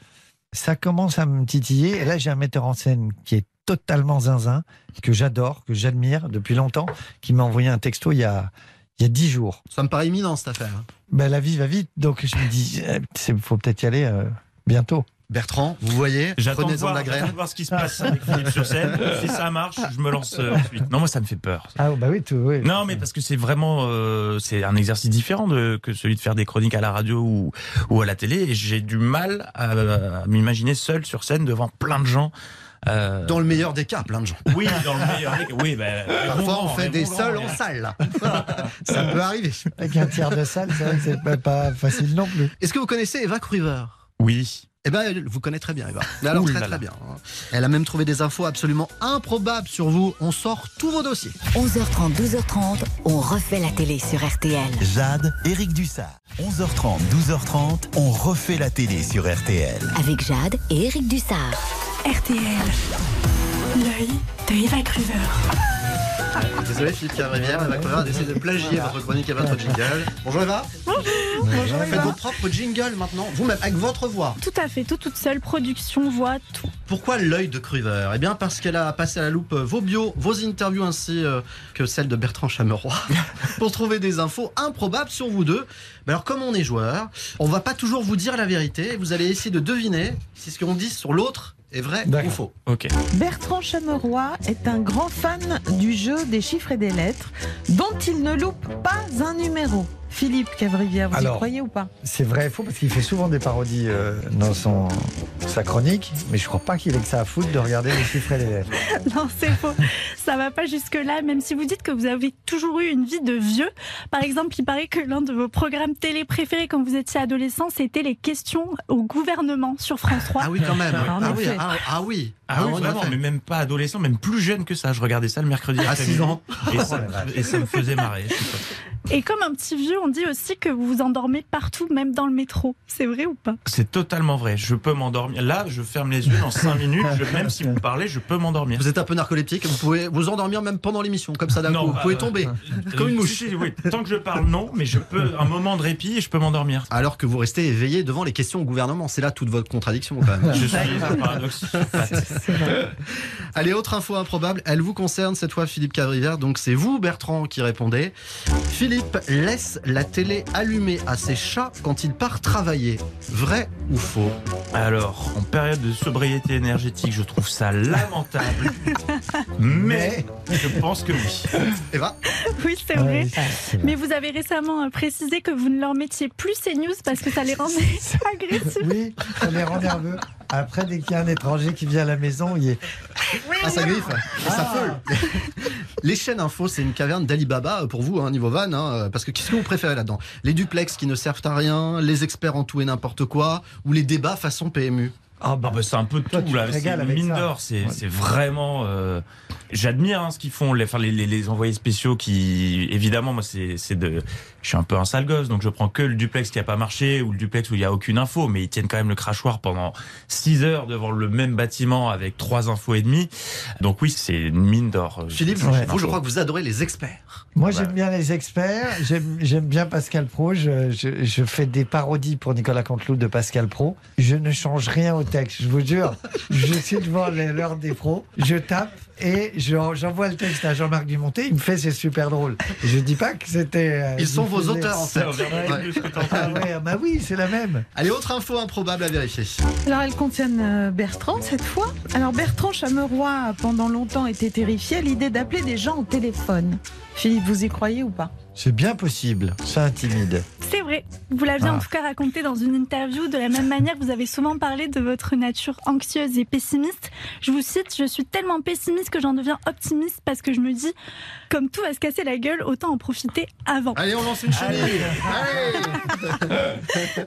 [SPEAKER 5] ça commence à me titiller. Et là, j'ai un metteur en scène qui est totalement zinzin, que j'adore, que j'admire depuis longtemps, qui m'a envoyé un texto il y a il y a dix jours.
[SPEAKER 3] Ça me paraît imminent cette affaire.
[SPEAKER 5] Ben, la vie va vite, donc je me dis, il faut peut-être y aller euh, bientôt.
[SPEAKER 3] Bertrand, vous voyez,
[SPEAKER 6] J'attends
[SPEAKER 3] prenez-en
[SPEAKER 6] de,
[SPEAKER 3] de
[SPEAKER 6] voir-
[SPEAKER 3] la
[SPEAKER 6] j'attends
[SPEAKER 3] graine.
[SPEAKER 6] de voir ce qui se passe avec Philippe sur scène. Si ça marche, je me lance euh, ensuite. Non, moi, ça me fait peur.
[SPEAKER 5] Ah bah oui, tout, oui.
[SPEAKER 6] Non, mais parce que c'est vraiment euh, c'est un exercice différent de, que celui de faire des chroniques à la radio ou, ou à la télé. Et j'ai du mal à, à m'imaginer seul sur scène devant plein de gens. euh,
[SPEAKER 3] Dans le meilleur des cas, plein de gens.
[SPEAKER 6] Oui, dans le meilleur. Oui, ben,
[SPEAKER 3] Parfois, on fait des seuls en salle. Ça peut arriver.
[SPEAKER 5] Avec un tiers de salle, c'est vrai que c'est pas, pas facile non plus.
[SPEAKER 3] Est-ce que vous connaissez Eva Cruiver
[SPEAKER 6] Oui.
[SPEAKER 3] Eh ben, elle vous connaît très bien, Eva. Mais alors,
[SPEAKER 6] Ouh
[SPEAKER 3] très
[SPEAKER 6] là
[SPEAKER 3] très
[SPEAKER 6] là.
[SPEAKER 3] bien. hein. Elle a même trouvé des infos absolument improbables sur vous. On sort tous vos dossiers.
[SPEAKER 2] 11h30, 12h30, on refait la télé sur RTL.
[SPEAKER 1] Jade, Eric Dussard. 11h30, 12h30, on refait la télé sur RTL.
[SPEAKER 2] Avec Jade et Eric Dussard.
[SPEAKER 14] RTL. L'œil de Eva Cruver.
[SPEAKER 3] Désolé, Philippe Cavrivière, Eva Cruiver a décidé de plagier votre chronique et votre jingle. Bonjour Eva.
[SPEAKER 14] Bonjour
[SPEAKER 3] Faites votre propre jingle maintenant, vous-même, avec votre voix.
[SPEAKER 14] Tout à fait, tout toute seule, production, voix, tout.
[SPEAKER 3] Pourquoi l'œil de Cruiver Eh bien, parce qu'elle a passé à la loupe vos bios, vos interviews ainsi euh, que celle de Bertrand Chameroy pour trouver des infos improbables sur vous deux. Mais alors, comme on est joueur, on va pas toujours vous dire la vérité. Vous allez essayer de deviner si ce qu'on dit sur l'autre est vrai ou faux.
[SPEAKER 6] Ok.
[SPEAKER 4] Bertrand Chameroy est un grand fan du jeu des chiffres et des lettres, dont il ne loupe pas un numéro. Philippe Cavrivière, vous
[SPEAKER 5] Alors,
[SPEAKER 4] y croyez ou pas
[SPEAKER 5] C'est vrai et faux parce qu'il fait souvent des parodies euh, dans son, sa chronique, mais je crois pas qu'il ait que ça à foutre de regarder les chiffres et les lettres.
[SPEAKER 14] Non, c'est faux. Ça va pas jusque-là, même si vous dites que vous avez toujours eu une vie de vieux. Par exemple, il paraît que l'un de vos programmes télé préférés quand vous étiez adolescent, c'était les questions au gouvernement sur France 3.
[SPEAKER 3] Ah oui, quand même.
[SPEAKER 14] En
[SPEAKER 3] Ah oui,
[SPEAKER 14] effet.
[SPEAKER 3] ah, ah oui.
[SPEAKER 6] Ah, oui,
[SPEAKER 3] on a
[SPEAKER 6] vraiment,
[SPEAKER 3] fait.
[SPEAKER 6] mais même pas adolescent, même plus jeune que ça. Je regardais ça le mercredi
[SPEAKER 3] À
[SPEAKER 6] après-midi.
[SPEAKER 3] six ans. Oh
[SPEAKER 6] Et ça, me- et ça me faisait marrer. je sais pas.
[SPEAKER 14] Et comme un petit vieux, on dit aussi que vous vous endormez partout, même dans le métro. C'est vrai ou pas
[SPEAKER 6] C'est totalement vrai. Je peux m'endormir. Là, je ferme les yeux dans 5 minutes. Je- même si vous parlez, je peux m'endormir.
[SPEAKER 3] Vous êtes un peu narcoleptique, vous pouvez vous endormir même pendant l'émission, comme ça d'un coup. Vous pouvez
[SPEAKER 6] euh,
[SPEAKER 3] tomber
[SPEAKER 6] euh,
[SPEAKER 3] comme une
[SPEAKER 6] si,
[SPEAKER 3] mouche.
[SPEAKER 6] si, oui. Tant que je parle, non, mais je peux un moment de répit et je peux m'endormir.
[SPEAKER 3] Alors que vous restez éveillé devant les questions au gouvernement. C'est là toute votre contradiction quand même.
[SPEAKER 6] Je suis un paradoxe.
[SPEAKER 3] Allez, autre info improbable, elle vous concerne cette fois Philippe Cadrivière, donc c'est vous Bertrand qui répondez. Philippe laisse la télé allumée à ses chats quand il part travailler. Vrai ou faux
[SPEAKER 6] Alors, en période de sobriété énergétique, je trouve ça lamentable. mais je pense que oui.
[SPEAKER 3] Eva
[SPEAKER 14] Oui, c'est vrai. Mais vous avez récemment euh, précisé que vous ne leur mettiez plus ces news parce que ça les rendait agressifs.
[SPEAKER 5] Oui, ça les rend nerveux. Après, dès qu'il y a un étranger qui vient à la maison, il est.
[SPEAKER 3] Ah, ça griffe et ça feule Les chaînes info, c'est une caverne d'Alibaba pour vous, hein, niveau van, hein, parce que qu'est-ce que vous préférez là-dedans Les duplex qui ne servent à rien, les experts en tout et n'importe quoi, ou les débats façon PMU
[SPEAKER 5] Ah bah,
[SPEAKER 6] Ah bah, c'est un peu de
[SPEAKER 5] Toi, tu
[SPEAKER 6] tout
[SPEAKER 5] te
[SPEAKER 6] là. C'est
[SPEAKER 5] régales
[SPEAKER 6] une
[SPEAKER 5] avec
[SPEAKER 6] mine
[SPEAKER 5] ça.
[SPEAKER 6] d'or. C'est
[SPEAKER 5] Ouais.
[SPEAKER 6] c'est vraiment. euh, J'admire hein, ce qu'ils font, les, enfin, les, les- les envoyés spéciaux qui, évidemment, moi, c'est c'est de. Je suis un peu un sale gosse, donc je prends que le duplex qui a pas marché ou le duplex où il y a aucune info, mais ils tiennent quand même le crachoir pendant 6 heures devant le même bâtiment avec trois infos et demie. Donc oui, c'est une mine d'or.
[SPEAKER 3] Philippe,
[SPEAKER 6] Cette chaîne
[SPEAKER 3] vous, je
[SPEAKER 6] info.
[SPEAKER 3] crois que vous adorez les experts.
[SPEAKER 5] Moi, j'aime bien les experts. J'aime j'aime bien Pascal Pro. Je, je- je fais des parodies pour Nicolas Canteloup de Pascal Pro. Je ne change rien au texte, je vous jure. Je suis devant les- l'heure des pros. Je tape. et je- j'envoie le texte à Jean-Marc Dumonté. Il me fait c'est super drôle. Et je dis pas que c'était. euh,
[SPEAKER 3] Ils sont vos
[SPEAKER 5] diffusé.
[SPEAKER 3] auteurs, en fait.
[SPEAKER 5] Ah ouais, bah oui, c'est la même.
[SPEAKER 3] Allez, autre info improbable à vérifier.
[SPEAKER 4] Alors, elles contiennent euh, Bertrand cette fois. Alors, Bertrand Chameroy a pendant longtemps été terrifié à l'idée d'appeler des gens au téléphone. Philippe, vous y croyez ou pas
[SPEAKER 5] C'est bien possible. Ça intimide.
[SPEAKER 14] C'est vrai. Vous l'aviez
[SPEAKER 5] Ah.
[SPEAKER 14] en tout cas raconté dans une interview. De la même manière, vous avez souvent parlé de votre nature anxieuse et pessimiste. Je vous cite Je suis tellement pessimiste que j'en deviens optimiste parce que je me dis, comme tout va se casser la gueule, autant en profiter avant.
[SPEAKER 3] Allez, on lance une chenille.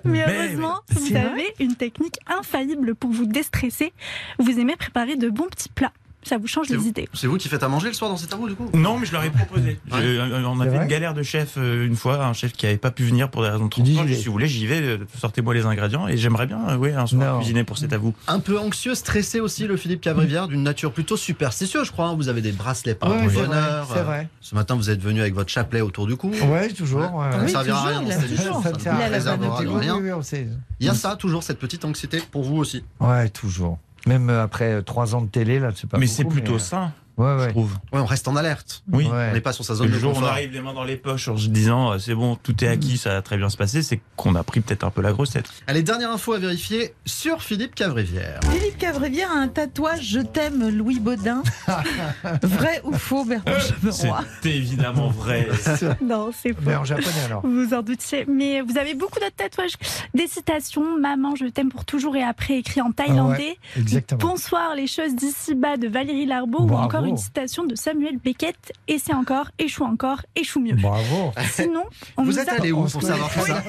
[SPEAKER 14] Mais heureusement, vous
[SPEAKER 10] C'est
[SPEAKER 14] avez une technique infaillible pour vous déstresser. Vous aimez préparer de bons petits plats. Ça vous change
[SPEAKER 3] C'est
[SPEAKER 14] les
[SPEAKER 3] vous-
[SPEAKER 14] idées.
[SPEAKER 3] C'est vous qui faites à manger le soir dans cet arbre, du coup
[SPEAKER 6] Non, mais je leur ai proposé. Je- euh, on a
[SPEAKER 3] C'est
[SPEAKER 6] fait
[SPEAKER 3] vrai
[SPEAKER 6] une galère de chef euh, une fois, un chef qui n'avait pas pu venir pour des raisons de
[SPEAKER 5] dis,
[SPEAKER 6] transport. J'ai dit,
[SPEAKER 5] j'y vais.
[SPEAKER 6] Si vous voulez, j'y vais, euh, sortez-moi les ingrédients et j'aimerais bien euh, ouais, un soir cuisiner pour cet à vous.
[SPEAKER 3] Un peu anxieux, stressé aussi, le Philippe Cavrivière, d'une nature plutôt superstitieuse, je crois. hein. Vous avez des bracelets par
[SPEAKER 5] Ouais, c'est
[SPEAKER 3] bonheur.
[SPEAKER 5] vrai, c'est vrai.
[SPEAKER 3] Ce matin, vous êtes venu avec votre chapelet autour du cou.
[SPEAKER 5] Ouais, toujours. ouais,
[SPEAKER 3] Ça ne
[SPEAKER 5] ouais.
[SPEAKER 3] servira à rien dans
[SPEAKER 5] Ça
[SPEAKER 3] cette émission,
[SPEAKER 5] ne sert à
[SPEAKER 3] ça
[SPEAKER 5] rien.
[SPEAKER 3] ne réservera de
[SPEAKER 5] Oui,
[SPEAKER 3] rien.
[SPEAKER 5] oui, on sait.
[SPEAKER 3] Il y a ça, toujours cette petite anxiété pour vous aussi.
[SPEAKER 5] Ouais, toujours. Même euh, après euh, trois ans de télé, là, c'est pas.
[SPEAKER 6] Mais
[SPEAKER 5] beaucoup,
[SPEAKER 6] c'est plutôt
[SPEAKER 5] euh,
[SPEAKER 6] sain,
[SPEAKER 5] Ouais, ouais.
[SPEAKER 6] je trouve.
[SPEAKER 3] Ouais, on reste en alerte.
[SPEAKER 6] Oui.
[SPEAKER 3] On n'est pas sur sa zone
[SPEAKER 6] Le
[SPEAKER 3] de
[SPEAKER 6] jour où on
[SPEAKER 3] confort.
[SPEAKER 6] arrive les mains dans les poches en se disant euh, c'est bon, tout est acquis, ça va très bien se passer, c'est qu'on a pris peut-être un peu la grosse tête.
[SPEAKER 3] Allez, dernière info à vérifier sur Philippe Cavrivière.
[SPEAKER 4] Philippe Cavrivière a un tatouage Je t'aime Louis Baudin. vrai ou faux, Bertrand Chameroy
[SPEAKER 6] C'est évidemment vrai.
[SPEAKER 14] Non, c'est faux.
[SPEAKER 5] Mais en japonais, alors.
[SPEAKER 14] Vous vous en doutiez. Mais vous avez beaucoup d'autres tatouages. Des citations Maman, je t'aime pour toujours et après, écrit en thaïlandais.
[SPEAKER 5] Ah ouais, exactement.
[SPEAKER 14] Bonsoir, les choses d'ici bas de Valérie Larbeau. Ou
[SPEAKER 5] Bravo.
[SPEAKER 14] encore une citation de Samuel Beckett. Et c'est encore, échoue encore, échoue mieux.
[SPEAKER 5] Bravo.
[SPEAKER 15] Ah,
[SPEAKER 14] Sinon, on
[SPEAKER 3] vous
[SPEAKER 14] nous
[SPEAKER 3] êtes
[SPEAKER 14] a-
[SPEAKER 3] allez où
[SPEAKER 5] On
[SPEAKER 3] pour
[SPEAKER 5] se
[SPEAKER 3] savoir tout ça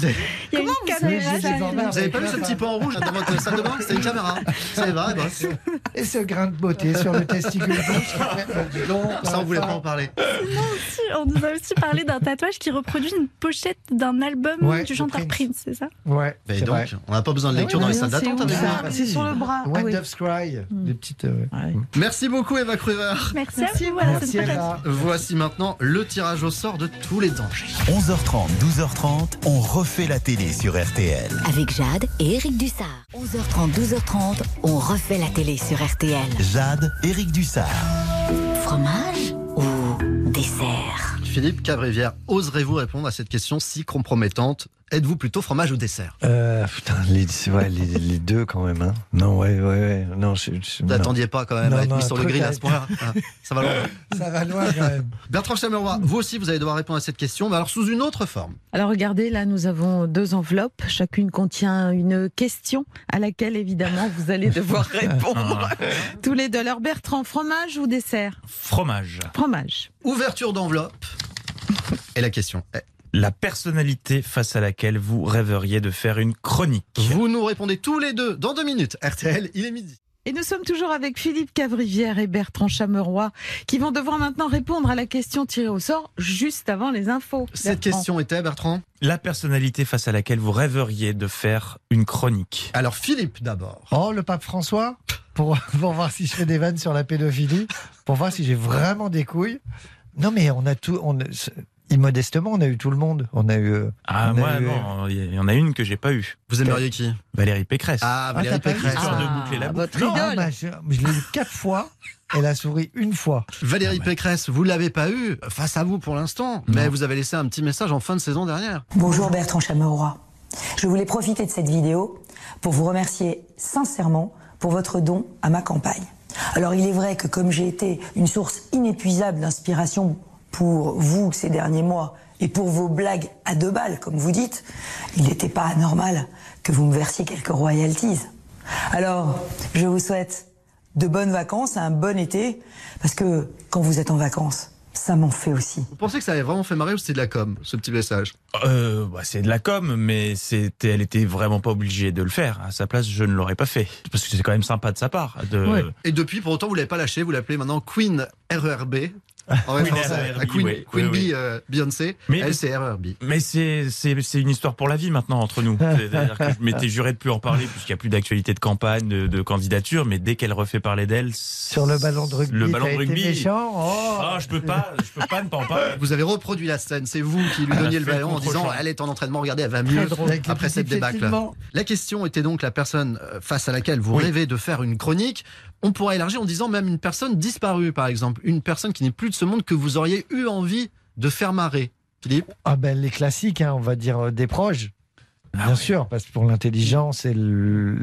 [SPEAKER 14] Il y a une caméra.
[SPEAKER 5] savez ça
[SPEAKER 3] Vous avez pas vu ce petit point en rouge dans votre salle de bain C'est une caméra. Ça y va, eh ben,
[SPEAKER 5] Et ce grain de beauté sur le testicule gauche.
[SPEAKER 3] ça on voulait pas en parler.
[SPEAKER 14] Sinon aussi, on nous a aussi parlé d'un tatouage qui reproduit une pochette d'un album
[SPEAKER 3] Ouais,
[SPEAKER 14] du
[SPEAKER 3] de
[SPEAKER 14] chanteur Prince, c'est ça
[SPEAKER 5] Ouais.
[SPEAKER 3] Ben
[SPEAKER 5] c'est
[SPEAKER 3] donc,
[SPEAKER 5] vrai.
[SPEAKER 3] on n'a pas besoin de lecture
[SPEAKER 5] Ah ouais,
[SPEAKER 3] dans les salles
[SPEAKER 5] mais c'est
[SPEAKER 3] d'attente hein,
[SPEAKER 5] où,
[SPEAKER 3] avec
[SPEAKER 5] ça
[SPEAKER 3] nous.
[SPEAKER 4] C'est sur le bras.
[SPEAKER 5] When
[SPEAKER 4] ah oui.
[SPEAKER 5] Doves Cry. Des petites. euh, ouais.
[SPEAKER 3] Merci beaucoup Eva Cruver.
[SPEAKER 14] Merci,
[SPEAKER 4] Merci,
[SPEAKER 14] à vous. Voilà,
[SPEAKER 5] merci,
[SPEAKER 14] c'est
[SPEAKER 5] Eva.
[SPEAKER 3] Voici maintenant le tirage au sort de tous les dangers.
[SPEAKER 1] 11h30, 12h30, on refait la télé sur RTL.
[SPEAKER 2] Avec Jade et Eric Dussard. 11h30, 12h30, on refait la télé sur RTL.
[SPEAKER 1] Jade, Eric Dussard.
[SPEAKER 2] Fromage ou dessert
[SPEAKER 3] Philippe Cavrivière, oserez-vous répondre à cette question si compromettante Êtes-vous plutôt fromage ou dessert
[SPEAKER 15] Euh, putain, les, c'est vrai, les, les deux quand même. Hein. Non, ouais, ouais, ouais. Non, je, je-
[SPEAKER 3] Vous
[SPEAKER 15] non.
[SPEAKER 3] n'attendiez pas quand même
[SPEAKER 15] Non,
[SPEAKER 3] à être
[SPEAKER 15] non,
[SPEAKER 3] mis
[SPEAKER 15] un
[SPEAKER 3] sur le
[SPEAKER 15] truc
[SPEAKER 3] grill à
[SPEAKER 15] avec-
[SPEAKER 3] ce point-là. Ah, ça va loin.
[SPEAKER 5] Ça va loin quand même.
[SPEAKER 3] Bertrand Chameroy, vous aussi vous allez devoir répondre à cette question, mais alors sous une autre forme.
[SPEAKER 4] Alors regardez, là nous avons deux enveloppes. Chacune contient une question à laquelle évidemment vous allez devoir répondre. Tous les deux. Alors Bertrand, fromage ou dessert
[SPEAKER 6] Fromage.
[SPEAKER 4] Fromage.
[SPEAKER 3] Ouverture d'enveloppe. Et la question est
[SPEAKER 6] La personnalité face à laquelle vous rêveriez de faire une chronique.
[SPEAKER 3] Vous nous répondez tous les deux dans deux minutes. RTL, il est midi.
[SPEAKER 4] Et nous sommes toujours avec Philippe Cavrivière et Bertrand Chameroy qui vont devoir maintenant répondre à la question tirée au sort juste avant les infos.
[SPEAKER 3] Cette
[SPEAKER 4] Bertrand.
[SPEAKER 3] question était, Bertrand
[SPEAKER 6] La personnalité face à laquelle vous rêveriez de faire une chronique.
[SPEAKER 3] Alors, Philippe d'abord.
[SPEAKER 5] Oh, le pape François pour, pour voir si je fais des vannes sur la pédophilie, pour voir si j'ai vraiment des couilles. Non, mais on a tout. On, immodestement, on a eu tout le monde. On a eu. euh,
[SPEAKER 6] Ah,
[SPEAKER 5] on a
[SPEAKER 6] moi,
[SPEAKER 5] eu-
[SPEAKER 6] non, il y en a une que j'ai pas eue.
[SPEAKER 3] Vous aimeriez qui
[SPEAKER 6] Valérie Pécresse.
[SPEAKER 3] Ah, Valérie
[SPEAKER 5] t'as pas eu
[SPEAKER 3] Pécresse.
[SPEAKER 6] Histoire de
[SPEAKER 4] Ah.
[SPEAKER 6] boucler la boucle.
[SPEAKER 4] votre
[SPEAKER 5] Non,
[SPEAKER 4] idole.
[SPEAKER 5] bah, je, je l'ai eu quatre fois. Elle a souri une fois.
[SPEAKER 3] Valérie Pécresse, vous l'avez pas eu face à vous pour l'instant, mais vous avez laissé un petit message en fin de saison dernière.
[SPEAKER 16] Bonjour Bertrand Chameroy. Je voulais profiter de cette vidéo pour vous remercier sincèrement pour votre don à ma campagne. Alors il est vrai que comme j'ai été une source inépuisable d'inspiration pour vous ces derniers mois et pour vos blagues à deux balles, comme vous dites, il n'était pas anormal que vous me versiez quelques royalties. Alors, je vous souhaite de bonnes vacances, un bon été, parce que quand vous êtes en vacances, ça m'en fait aussi.
[SPEAKER 3] Vous pensez que ça avait vraiment fait marrer ou c'était de la com, ce petit message
[SPEAKER 6] Euh, bah, c'est de la com, mais c'était, elle était vraiment pas obligée de le faire. À sa place, je ne l'aurais pas fait. Parce que c'est quand même sympa de sa part. De...
[SPEAKER 3] Ouais. Et depuis, pour autant, vous l'avez pas lâché, vous l'appelez maintenant Queen RERB. En
[SPEAKER 6] Queen
[SPEAKER 3] référence à-
[SPEAKER 6] RERB,
[SPEAKER 3] à Queen,
[SPEAKER 6] ouais.
[SPEAKER 3] Queen
[SPEAKER 6] Oui, oui.
[SPEAKER 3] Bee, euh, Beyoncé.
[SPEAKER 6] Mais-
[SPEAKER 3] elle, c'est E RERB.
[SPEAKER 6] Mais c'est, c'est, c'est une histoire pour la vie maintenant entre nous. C'est-à-dire que je m'étais juré de plus en parler puisqu'il n'y a plus d'actualité de campagne, de, de candidature, mais dès qu'elle refait parler d'elle,
[SPEAKER 5] Sur le ballon de rugby.
[SPEAKER 6] Le ballon
[SPEAKER 5] t'as
[SPEAKER 6] de
[SPEAKER 5] été
[SPEAKER 6] rugby.
[SPEAKER 5] méchant. Oh.
[SPEAKER 6] ah, je peux pas, je peux pas ne pas en parler.
[SPEAKER 3] Vous avez reproduit la scène, c'est vous qui lui
[SPEAKER 6] Elle a
[SPEAKER 3] donniez le
[SPEAKER 6] fait
[SPEAKER 3] ballon en
[SPEAKER 6] contre
[SPEAKER 3] disant
[SPEAKER 6] champ.
[SPEAKER 3] elle est en entraînement, regardez, elle va mieux
[SPEAKER 5] drôle. Avec le
[SPEAKER 3] après
[SPEAKER 5] petit
[SPEAKER 3] cette débâcle.
[SPEAKER 5] piétinement.
[SPEAKER 3] La question était donc la personne euh, face à laquelle vous
[SPEAKER 6] Oui.
[SPEAKER 3] rêvez de faire une chronique. on pourra élargir en disant même une personne disparue, par exemple, une personne qui n'est plus de ce monde que vous auriez eu envie de faire marrer. Philippe
[SPEAKER 5] Ah ben les classiques, hein, on va dire euh, des proches. Bien sûr, parce que pour l'intelligence et, le-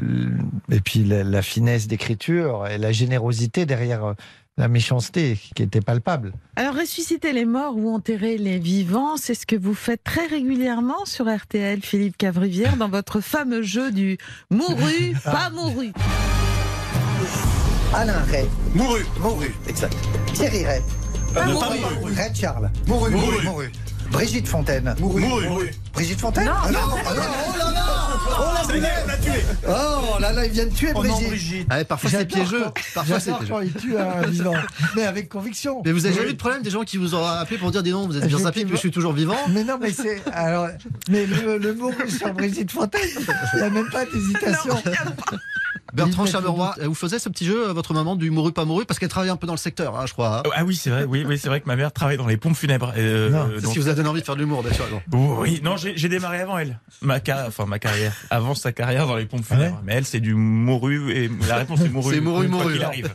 [SPEAKER 5] et puis la, la finesse d'écriture et la générosité derrière euh, la méchanceté qui était palpable.
[SPEAKER 4] Alors, ressusciter les morts ou enterrer les vivants, c'est ce que vous faites très régulièrement sur RTL, Philippe Cavrivière, dans votre fameux jeu du mouru,
[SPEAKER 5] Ah.
[SPEAKER 4] pas mouru.
[SPEAKER 17] Alain Ray. Mouru. Mouru, exact. Thierry Ray.
[SPEAKER 10] Pas
[SPEAKER 17] Mouru.
[SPEAKER 10] mouru.
[SPEAKER 17] Ray Charles. Mouru.
[SPEAKER 10] Mouru.
[SPEAKER 17] Mouru. mouru. Brigitte Fontaine. Mouru. Mouru. Brigitte Fontaine
[SPEAKER 10] Non.
[SPEAKER 17] Ah ah Oh là là Oh la
[SPEAKER 10] Ça y est,
[SPEAKER 17] boulette
[SPEAKER 10] on l'a tué.
[SPEAKER 17] Oh là là, il vient de tuer
[SPEAKER 3] Oh non,
[SPEAKER 17] Brigitte.
[SPEAKER 3] Brigitte. Ah ouais, parfois, c'est
[SPEAKER 17] J'adore
[SPEAKER 3] piégeux.
[SPEAKER 17] quand-
[SPEAKER 3] Parfois, c'est
[SPEAKER 17] j'adore
[SPEAKER 3] piégeux.
[SPEAKER 17] quand il tue un vivant. Mais avec conviction.
[SPEAKER 3] Mais vous avez
[SPEAKER 17] Oui.
[SPEAKER 3] jamais eu de problème des gens qui vous auraient appelé pour dire des noms, vous êtes bien sapé, puis je suis toujours vivant
[SPEAKER 5] Mais non, mais c'est. Alors, mais le, le mot sur Brigitte Fontaine, il n'y a même pas d'hésitation.
[SPEAKER 3] Bertrand Charleroi, vous faisiez ce petit jeu, euh, votre maman, du mouru pas mouru, parce qu'elle travaillait un peu dans le secteur, hein, je crois. hein.
[SPEAKER 6] Ah oui, c'est vrai. Oui, oui, c'est vrai que ma mère travaille dans les pompes funèbres. euh,
[SPEAKER 3] Non.
[SPEAKER 6] euh,
[SPEAKER 3] C'est ce
[SPEAKER 6] donc-
[SPEAKER 3] qui vous a donné envie de faire de l'humour, naturellement.
[SPEAKER 6] Oh, Oui, non, j'ai j'ai démarré avant elle. Ma, ca- enfin, ma carrière. Avant sa carrière dans les pompes
[SPEAKER 3] Ah
[SPEAKER 6] funèbres. Mais elle, c'est du mouru. Et la réponse est mouru.
[SPEAKER 3] C'est mouru,
[SPEAKER 6] quoi
[SPEAKER 3] mouru.
[SPEAKER 6] qu'il arrive.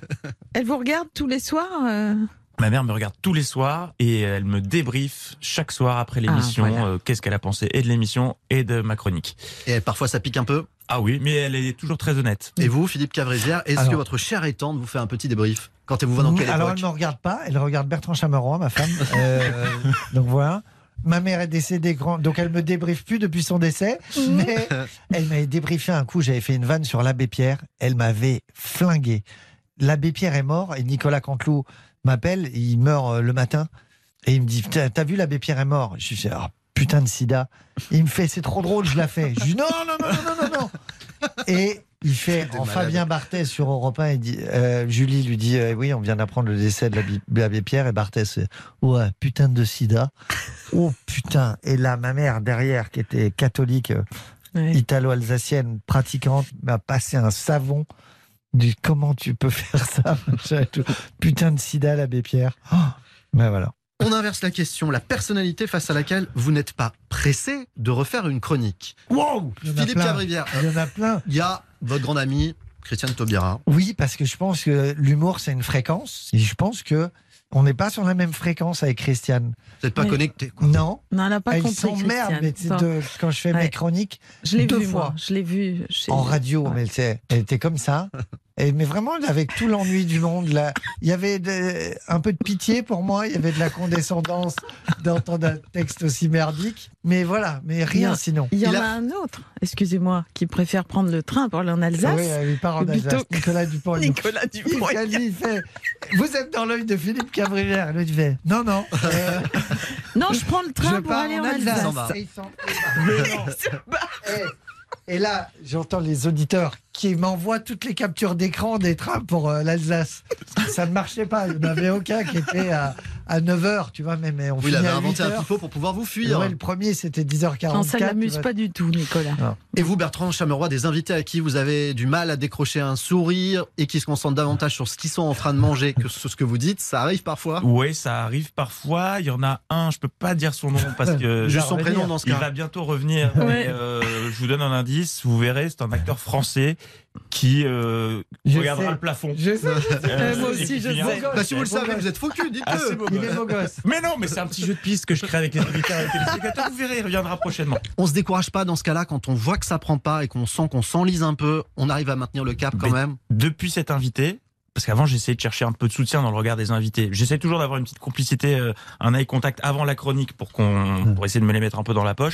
[SPEAKER 4] Elle vous regarde tous les soirs euh,
[SPEAKER 6] Ma mère me regarde tous les soirs et elle me débriefe chaque soir après l'émission.
[SPEAKER 4] Ah, voilà.
[SPEAKER 6] euh, Qu'est-ce qu'elle a pensé et de l'émission et de ma chronique.
[SPEAKER 3] Et parfois, ça pique un peu
[SPEAKER 6] Ah oui, mais elle est toujours très honnête.
[SPEAKER 3] Et vous, Philippe Cavrézière, est-ce
[SPEAKER 6] Alors.
[SPEAKER 3] que votre chère et tendre vous fait un petit débrief quand elle vous voit dans quelle
[SPEAKER 5] Alors,
[SPEAKER 3] époque
[SPEAKER 5] elle ne me regarde pas, elle regarde Bertrand Chameroy, ma femme. Euh, donc voilà. Ma mère est décédée, grand, donc elle me débriefe plus depuis son décès.
[SPEAKER 3] Mhm.
[SPEAKER 5] Mais elle m'avait débriefé un coup, j'avais fait une vanne sur l'abbé Pierre, elle m'avait flingué. L'abbé Pierre est mort et Nicolas Canteloup m'appelle, il meurt euh, le matin. Et il me dit, Putain, t'as vu l'abbé Pierre est mort Je lui dis, Ah, putain de sida. Et il me fait, c'est trop drôle, je la fais. Je lui dis, non, non, non, non, non, non, non. Et il fait, en
[SPEAKER 12] malade.
[SPEAKER 5] Fabien Barthès sur Europe 1, il dit, euh, Julie lui dit, euh, oui, on vient d'apprendre le décès de l'abbé- de l'abbé Pierre. Et Barthès, euh, ouais, putain de sida. Oh putain. Et là, ma mère derrière, qui était catholique, euh, italo-alsacienne, pratiquante, m'a passé un savon. Du comment tu peux faire ça Putain de sida, l'abbé Pierre. Oh, ben voilà.
[SPEAKER 3] On inverse la question, la personnalité face à laquelle vous n'êtes pas pressé de refaire une chronique.
[SPEAKER 5] Wow Il y en a
[SPEAKER 3] Philippe
[SPEAKER 5] plein.
[SPEAKER 3] Cavrivière.
[SPEAKER 5] Il y en a plein.
[SPEAKER 3] Il y a votre grande amie, Christiane Taubira.
[SPEAKER 5] Oui, parce que je pense que l'humour, c'est une fréquence. Et je pense que on n'est pas sur la même fréquence avec Christiane.
[SPEAKER 3] Vous n'êtes pas
[SPEAKER 5] Mais-
[SPEAKER 3] connecté. quoi.
[SPEAKER 5] Non.
[SPEAKER 4] Non, elle n'a pas
[SPEAKER 5] Elle
[SPEAKER 4] compris.
[SPEAKER 5] Ah, s'emmerde,
[SPEAKER 4] Christiane.
[SPEAKER 5] mais c'est
[SPEAKER 4] Bon.
[SPEAKER 5] de- quand je fais mes
[SPEAKER 4] Ouais.
[SPEAKER 5] chroniques,
[SPEAKER 4] Je l'ai
[SPEAKER 5] deux
[SPEAKER 4] vu,
[SPEAKER 5] fois.
[SPEAKER 4] moi. Je l'ai vu. chez-
[SPEAKER 5] En radio, mais elle, était- elle était comme ça. Et, mais vraiment, avec tout l'ennui du monde, là, il y avait de- un peu de pitié pour moi, il y avait de la condescendance d'entendre un texte aussi merdique. Mais voilà, mais
[SPEAKER 4] Il y en-
[SPEAKER 5] rien sinon.
[SPEAKER 4] Il y en a, un autre, excusez-moi, qui préfère prendre le train pour aller en Alsace.
[SPEAKER 5] Oui, il part en
[SPEAKER 4] plutôt
[SPEAKER 5] Alsace.
[SPEAKER 4] que-
[SPEAKER 5] Nicolas Dupont.
[SPEAKER 4] Nicolas Dupont.
[SPEAKER 5] Il fait, lui, il fait, Vous êtes dans l'œil de Philippe Cabrivière. Lui, il fait Non, non. euh,
[SPEAKER 4] Non, je prends le train
[SPEAKER 5] Je
[SPEAKER 4] pour
[SPEAKER 5] pars
[SPEAKER 4] aller en
[SPEAKER 5] en Alsace.
[SPEAKER 4] Alsace.
[SPEAKER 5] Il s'en va. Et il et là, j'entends les auditeurs qui m'envoient toutes les captures d'écran des trains pour euh, l'Alsace. Ça ne marchait pas. Il n'y en avait aucun qui était à, 9h, tu vois. Mais, mais on
[SPEAKER 3] Vous il
[SPEAKER 5] finit
[SPEAKER 3] avait
[SPEAKER 5] à
[SPEAKER 3] inventé un
[SPEAKER 5] 8h.
[SPEAKER 3] pipeau pour hein. pouvoir vous fuir.
[SPEAKER 5] Ouais, le premier, c'était 10h44.
[SPEAKER 4] Non, ça l'amuse pas du tout, Nicolas.
[SPEAKER 3] Et vous, Bertrand Chameroy, des invités à qui vous avez du mal à décrocher un sourire et qui se concentrent davantage sur ce qu'ils sont en train de manger que sur ce que vous dites, ça arrive parfois
[SPEAKER 6] Oui, ça arrive parfois. Il y en a un, je peux pas dire son nom parce que
[SPEAKER 3] Juste son prénom dans ce cas.
[SPEAKER 6] Il va bientôt revenir.
[SPEAKER 3] Ouais.
[SPEAKER 6] mais, euh, je vous donne un indice. Vous verrez, c'est un acteur français qui euh,
[SPEAKER 3] Je
[SPEAKER 6] regardera
[SPEAKER 3] sais.
[SPEAKER 6] le plafond.
[SPEAKER 5] Je sais.
[SPEAKER 6] Euh,
[SPEAKER 3] Moi
[SPEAKER 6] et
[SPEAKER 3] aussi,
[SPEAKER 6] qui
[SPEAKER 3] je
[SPEAKER 6] finira-
[SPEAKER 3] sais. Bah, si vous le
[SPEAKER 6] Beau
[SPEAKER 3] savez,
[SPEAKER 6] gosse.
[SPEAKER 3] vous êtes faux cul, dites-le.
[SPEAKER 6] Ah, c'est beau
[SPEAKER 3] Il est beau gosse.
[SPEAKER 6] Mais non, mais c'est un petit jeu de piste que je crée avec les auditeurs et les téléspectateurs. Vous verrez, il reviendra prochainement.
[SPEAKER 3] On se décourage pas dans ce cas-là quand on voit que ça prend pas et qu'on sent qu'on s'enlise un peu, on arrive à maintenir le cap quand
[SPEAKER 6] Mais
[SPEAKER 3] même.
[SPEAKER 6] Depuis cet invité, parce qu'avant j'essayais de chercher un peu de soutien dans le regard des invités. J'essaie toujours d'avoir une petite complicité, euh, un eye contact avant la chronique pour qu'on pour essayer de me les mettre un peu dans la poche.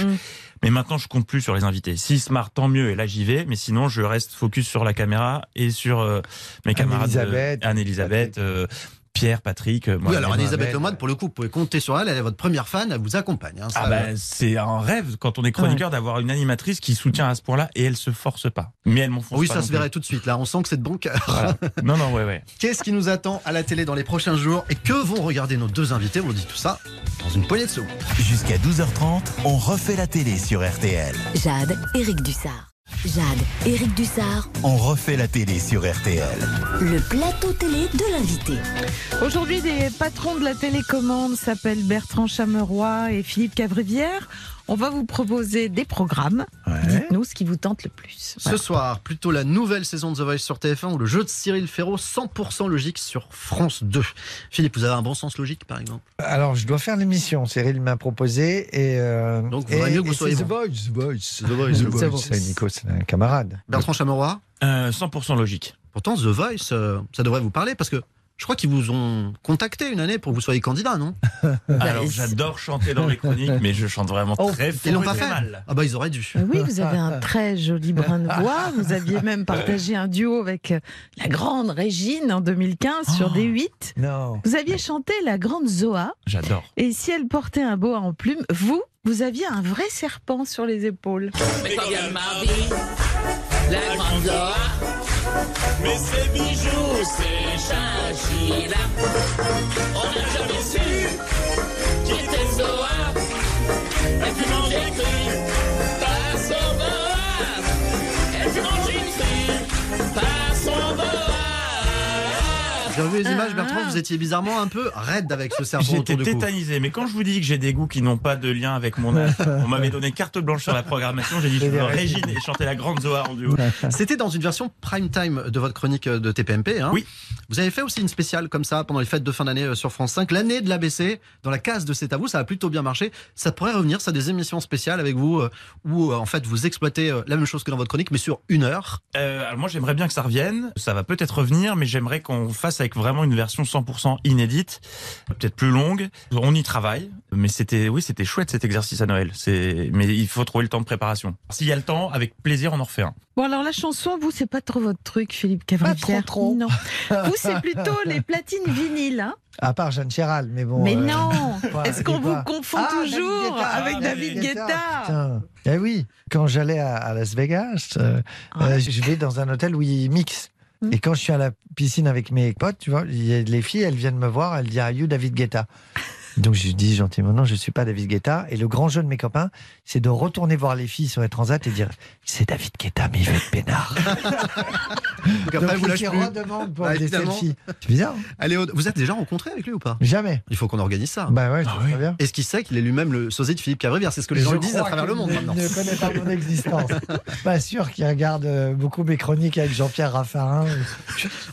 [SPEAKER 6] Mais maintenant je compte plus sur les invités. S'ils se marrent, tant mieux. Et là j'y vais. Mais sinon je reste focus sur la caméra et sur euh, mes camarades. euh,
[SPEAKER 3] Anne-Elisabeth,
[SPEAKER 6] Anne-Elisabeth, euh, Pierre, Patrick. euh,
[SPEAKER 3] oui,
[SPEAKER 6] moi-même.
[SPEAKER 3] alors Elisabeth Lemoine, pour le coup, vous pouvez compter sur elle, elle est votre première fan, elle vous accompagne. hein, ça.
[SPEAKER 6] Ah bah, c'est un rêve quand on est chroniqueur d'avoir une animatrice qui soutient à ce point-là et elle se force pas. Mais elle m'enfonce
[SPEAKER 3] oui,
[SPEAKER 6] pas
[SPEAKER 3] ça
[SPEAKER 6] non
[SPEAKER 3] se
[SPEAKER 6] plus.
[SPEAKER 3] verrait tout de suite, là, on sent que c'est de bon cœur.
[SPEAKER 6] Voilà. Non, non, ouais, ouais.
[SPEAKER 3] Qu'est-ce qui nous attend à la télé dans les prochains jours et que vont regarder nos deux invités On vous dit tout ça dans une poignée de secondes.
[SPEAKER 1] Jusqu'à 12h30, on refait la télé sur RTL.
[SPEAKER 2] Jade, Éric Dussard. Jade, Éric Dussard,
[SPEAKER 1] On refait la télé sur RTL.
[SPEAKER 2] le plateau télé de l'invité.
[SPEAKER 4] Aujourd'hui, des patrons de la télécommande s'appellent Bertrand Chameroy et Philippe Cavrivière. On va vous proposer des programmes Dites-nous ce qui vous tente le plus.
[SPEAKER 3] Ce soir, plutôt la nouvelle saison de The Voice sur TF1 ou le jeu de Cyril Ferraud 100% logique sur France 2. Philippe, vous avez un bon sens logique par exemple
[SPEAKER 5] Alors, je dois faire l'émission. Cyril m'a proposé. Et, euh,
[SPEAKER 3] Donc,
[SPEAKER 5] et-
[SPEAKER 3] vaudrait mieux que vous
[SPEAKER 5] et
[SPEAKER 3] soyez
[SPEAKER 5] c'est
[SPEAKER 3] bon.
[SPEAKER 5] The Voice.
[SPEAKER 3] The Voice, The Voice.
[SPEAKER 5] C'est Nico, c'est un camarade.
[SPEAKER 3] Bertrand Chameroy
[SPEAKER 6] Euh,
[SPEAKER 3] 100% logique. Pourtant, The Voice, euh, ça devrait vous parler parce que je crois qu'ils vous ont contacté une année pour que vous soyez candidat, non
[SPEAKER 6] Alors j'adore chanter dans les chroniques, mais je chante vraiment très fort.
[SPEAKER 3] Oh, Ils l'ont
[SPEAKER 6] et
[SPEAKER 3] pas
[SPEAKER 6] très
[SPEAKER 3] fait
[SPEAKER 6] mal.
[SPEAKER 3] Ah bah ils auraient dû.
[SPEAKER 4] Oui, vous avez un très joli brin de voix. Vous aviez même partagé un duo avec euh, la grande Régine en 2015 sur D8.
[SPEAKER 5] Non.
[SPEAKER 4] Vous aviez chanté la grande Zoa.
[SPEAKER 6] J'adore.
[SPEAKER 4] Et si elle portait un boa en plume, vous, vous aviez un vrai serpent sur les épaules.
[SPEAKER 10] Mais quand vient mardi, la grande Zoa, mais ses bijoux, ses chinchillas, on n'a jamais su qui était Zoa, elle fut manger cru par son boa, elle fut manger cru par son boa.
[SPEAKER 3] J'ai vu les images, Bertrand, vous étiez bizarrement un peu raide avec ce cerveau
[SPEAKER 6] J'étais
[SPEAKER 3] autour du cou.
[SPEAKER 6] tétanisé, mais quand je vous dis que j'ai des goûts qui n'ont pas de lien avec mon âge, on m'avait donné carte blanche sur la programmation, j'ai dit je veux Régine et chanter la grande Zoa en duo.
[SPEAKER 3] C'était dans une version prime time de votre chronique euh, de TPMP. Hein. Oui. Vous avez fait aussi une spéciale comme ça pendant les fêtes de fin d'année euh, sur France 5, l'année de l'ABC, dans la case de C'est à vous. Ça a plutôt bien marché. Ça pourrait revenir, ça, des émissions spéciales avec vous euh, où euh, en fait vous exploitez euh, la même chose que dans votre chronique, mais sur une heure.
[SPEAKER 6] Euh, alors moi j'aimerais bien que ça revienne, ça va peut-être revenir, mais j'aimerais qu'on fasse avec vraiment une version 100% inédite, peut-être plus longue. On y travaille, mais c'était oui c'était chouette cet exercice à Noël. C'est mais il faut trouver le temps de préparation. S'il y a le temps, avec plaisir on en refait un.
[SPEAKER 4] Bon alors la chanson, vous c'est pas trop votre truc, Philippe Cavrivière.
[SPEAKER 5] trop, trop.
[SPEAKER 4] Non. Vous c'est plutôt les platines vinyles. hein.
[SPEAKER 5] À part Jeanne Chéral, mais bon.
[SPEAKER 4] Mais
[SPEAKER 5] euh,
[SPEAKER 4] non
[SPEAKER 5] ouais,
[SPEAKER 4] Est-ce qu'on
[SPEAKER 5] il est
[SPEAKER 4] vous
[SPEAKER 5] pas-
[SPEAKER 4] confond
[SPEAKER 5] Ah, David
[SPEAKER 4] toujours
[SPEAKER 5] Guetta,
[SPEAKER 4] avec
[SPEAKER 5] ah,
[SPEAKER 4] David Guetta
[SPEAKER 5] Putain. Eh oui, quand j'allais à, à Las Vegas, euh,
[SPEAKER 4] Ah
[SPEAKER 5] euh, je vais dans un hôtel où ils mixent.
[SPEAKER 4] Hmm.
[SPEAKER 5] Et quand je suis à la piscine avec mes potes, tu vois, il y a- les filles, elles viennent me voir, elles disent Are you David Guetta Donc je dis gentiment Non, je ne suis pas David Guetta. Et le grand jeu de mes copains, c'est de retourner voir les filles sur les transats et dire C'est David Guetta, mais il va être peinard.
[SPEAKER 3] Donc après,
[SPEAKER 5] Donc,
[SPEAKER 3] vous
[SPEAKER 5] il
[SPEAKER 3] lâchez
[SPEAKER 5] s'y
[SPEAKER 3] plus. Ah,
[SPEAKER 5] redemande pour des
[SPEAKER 3] évidemment.
[SPEAKER 5] selfies. C'est bizarre.
[SPEAKER 3] Allez, Aude, vous êtes déjà rencontré avec lui ou pas
[SPEAKER 5] Jamais.
[SPEAKER 3] Il faut qu'on organise ça.
[SPEAKER 5] Bah ouais, bien.
[SPEAKER 3] Est-ce qu'il sait qu'il est lui-même le sosie de Philippe Cavrivière C'est ce que les gens
[SPEAKER 5] Je
[SPEAKER 3] le disent à
[SPEAKER 5] crois
[SPEAKER 3] travers le
[SPEAKER 5] qu'il
[SPEAKER 3] monde
[SPEAKER 5] ne-
[SPEAKER 3] maintenant.
[SPEAKER 5] ne connaît pas mon existence. Pas sûr qu'il regarde euh, beaucoup mes chroniques avec Jean-Pierre Raffarin.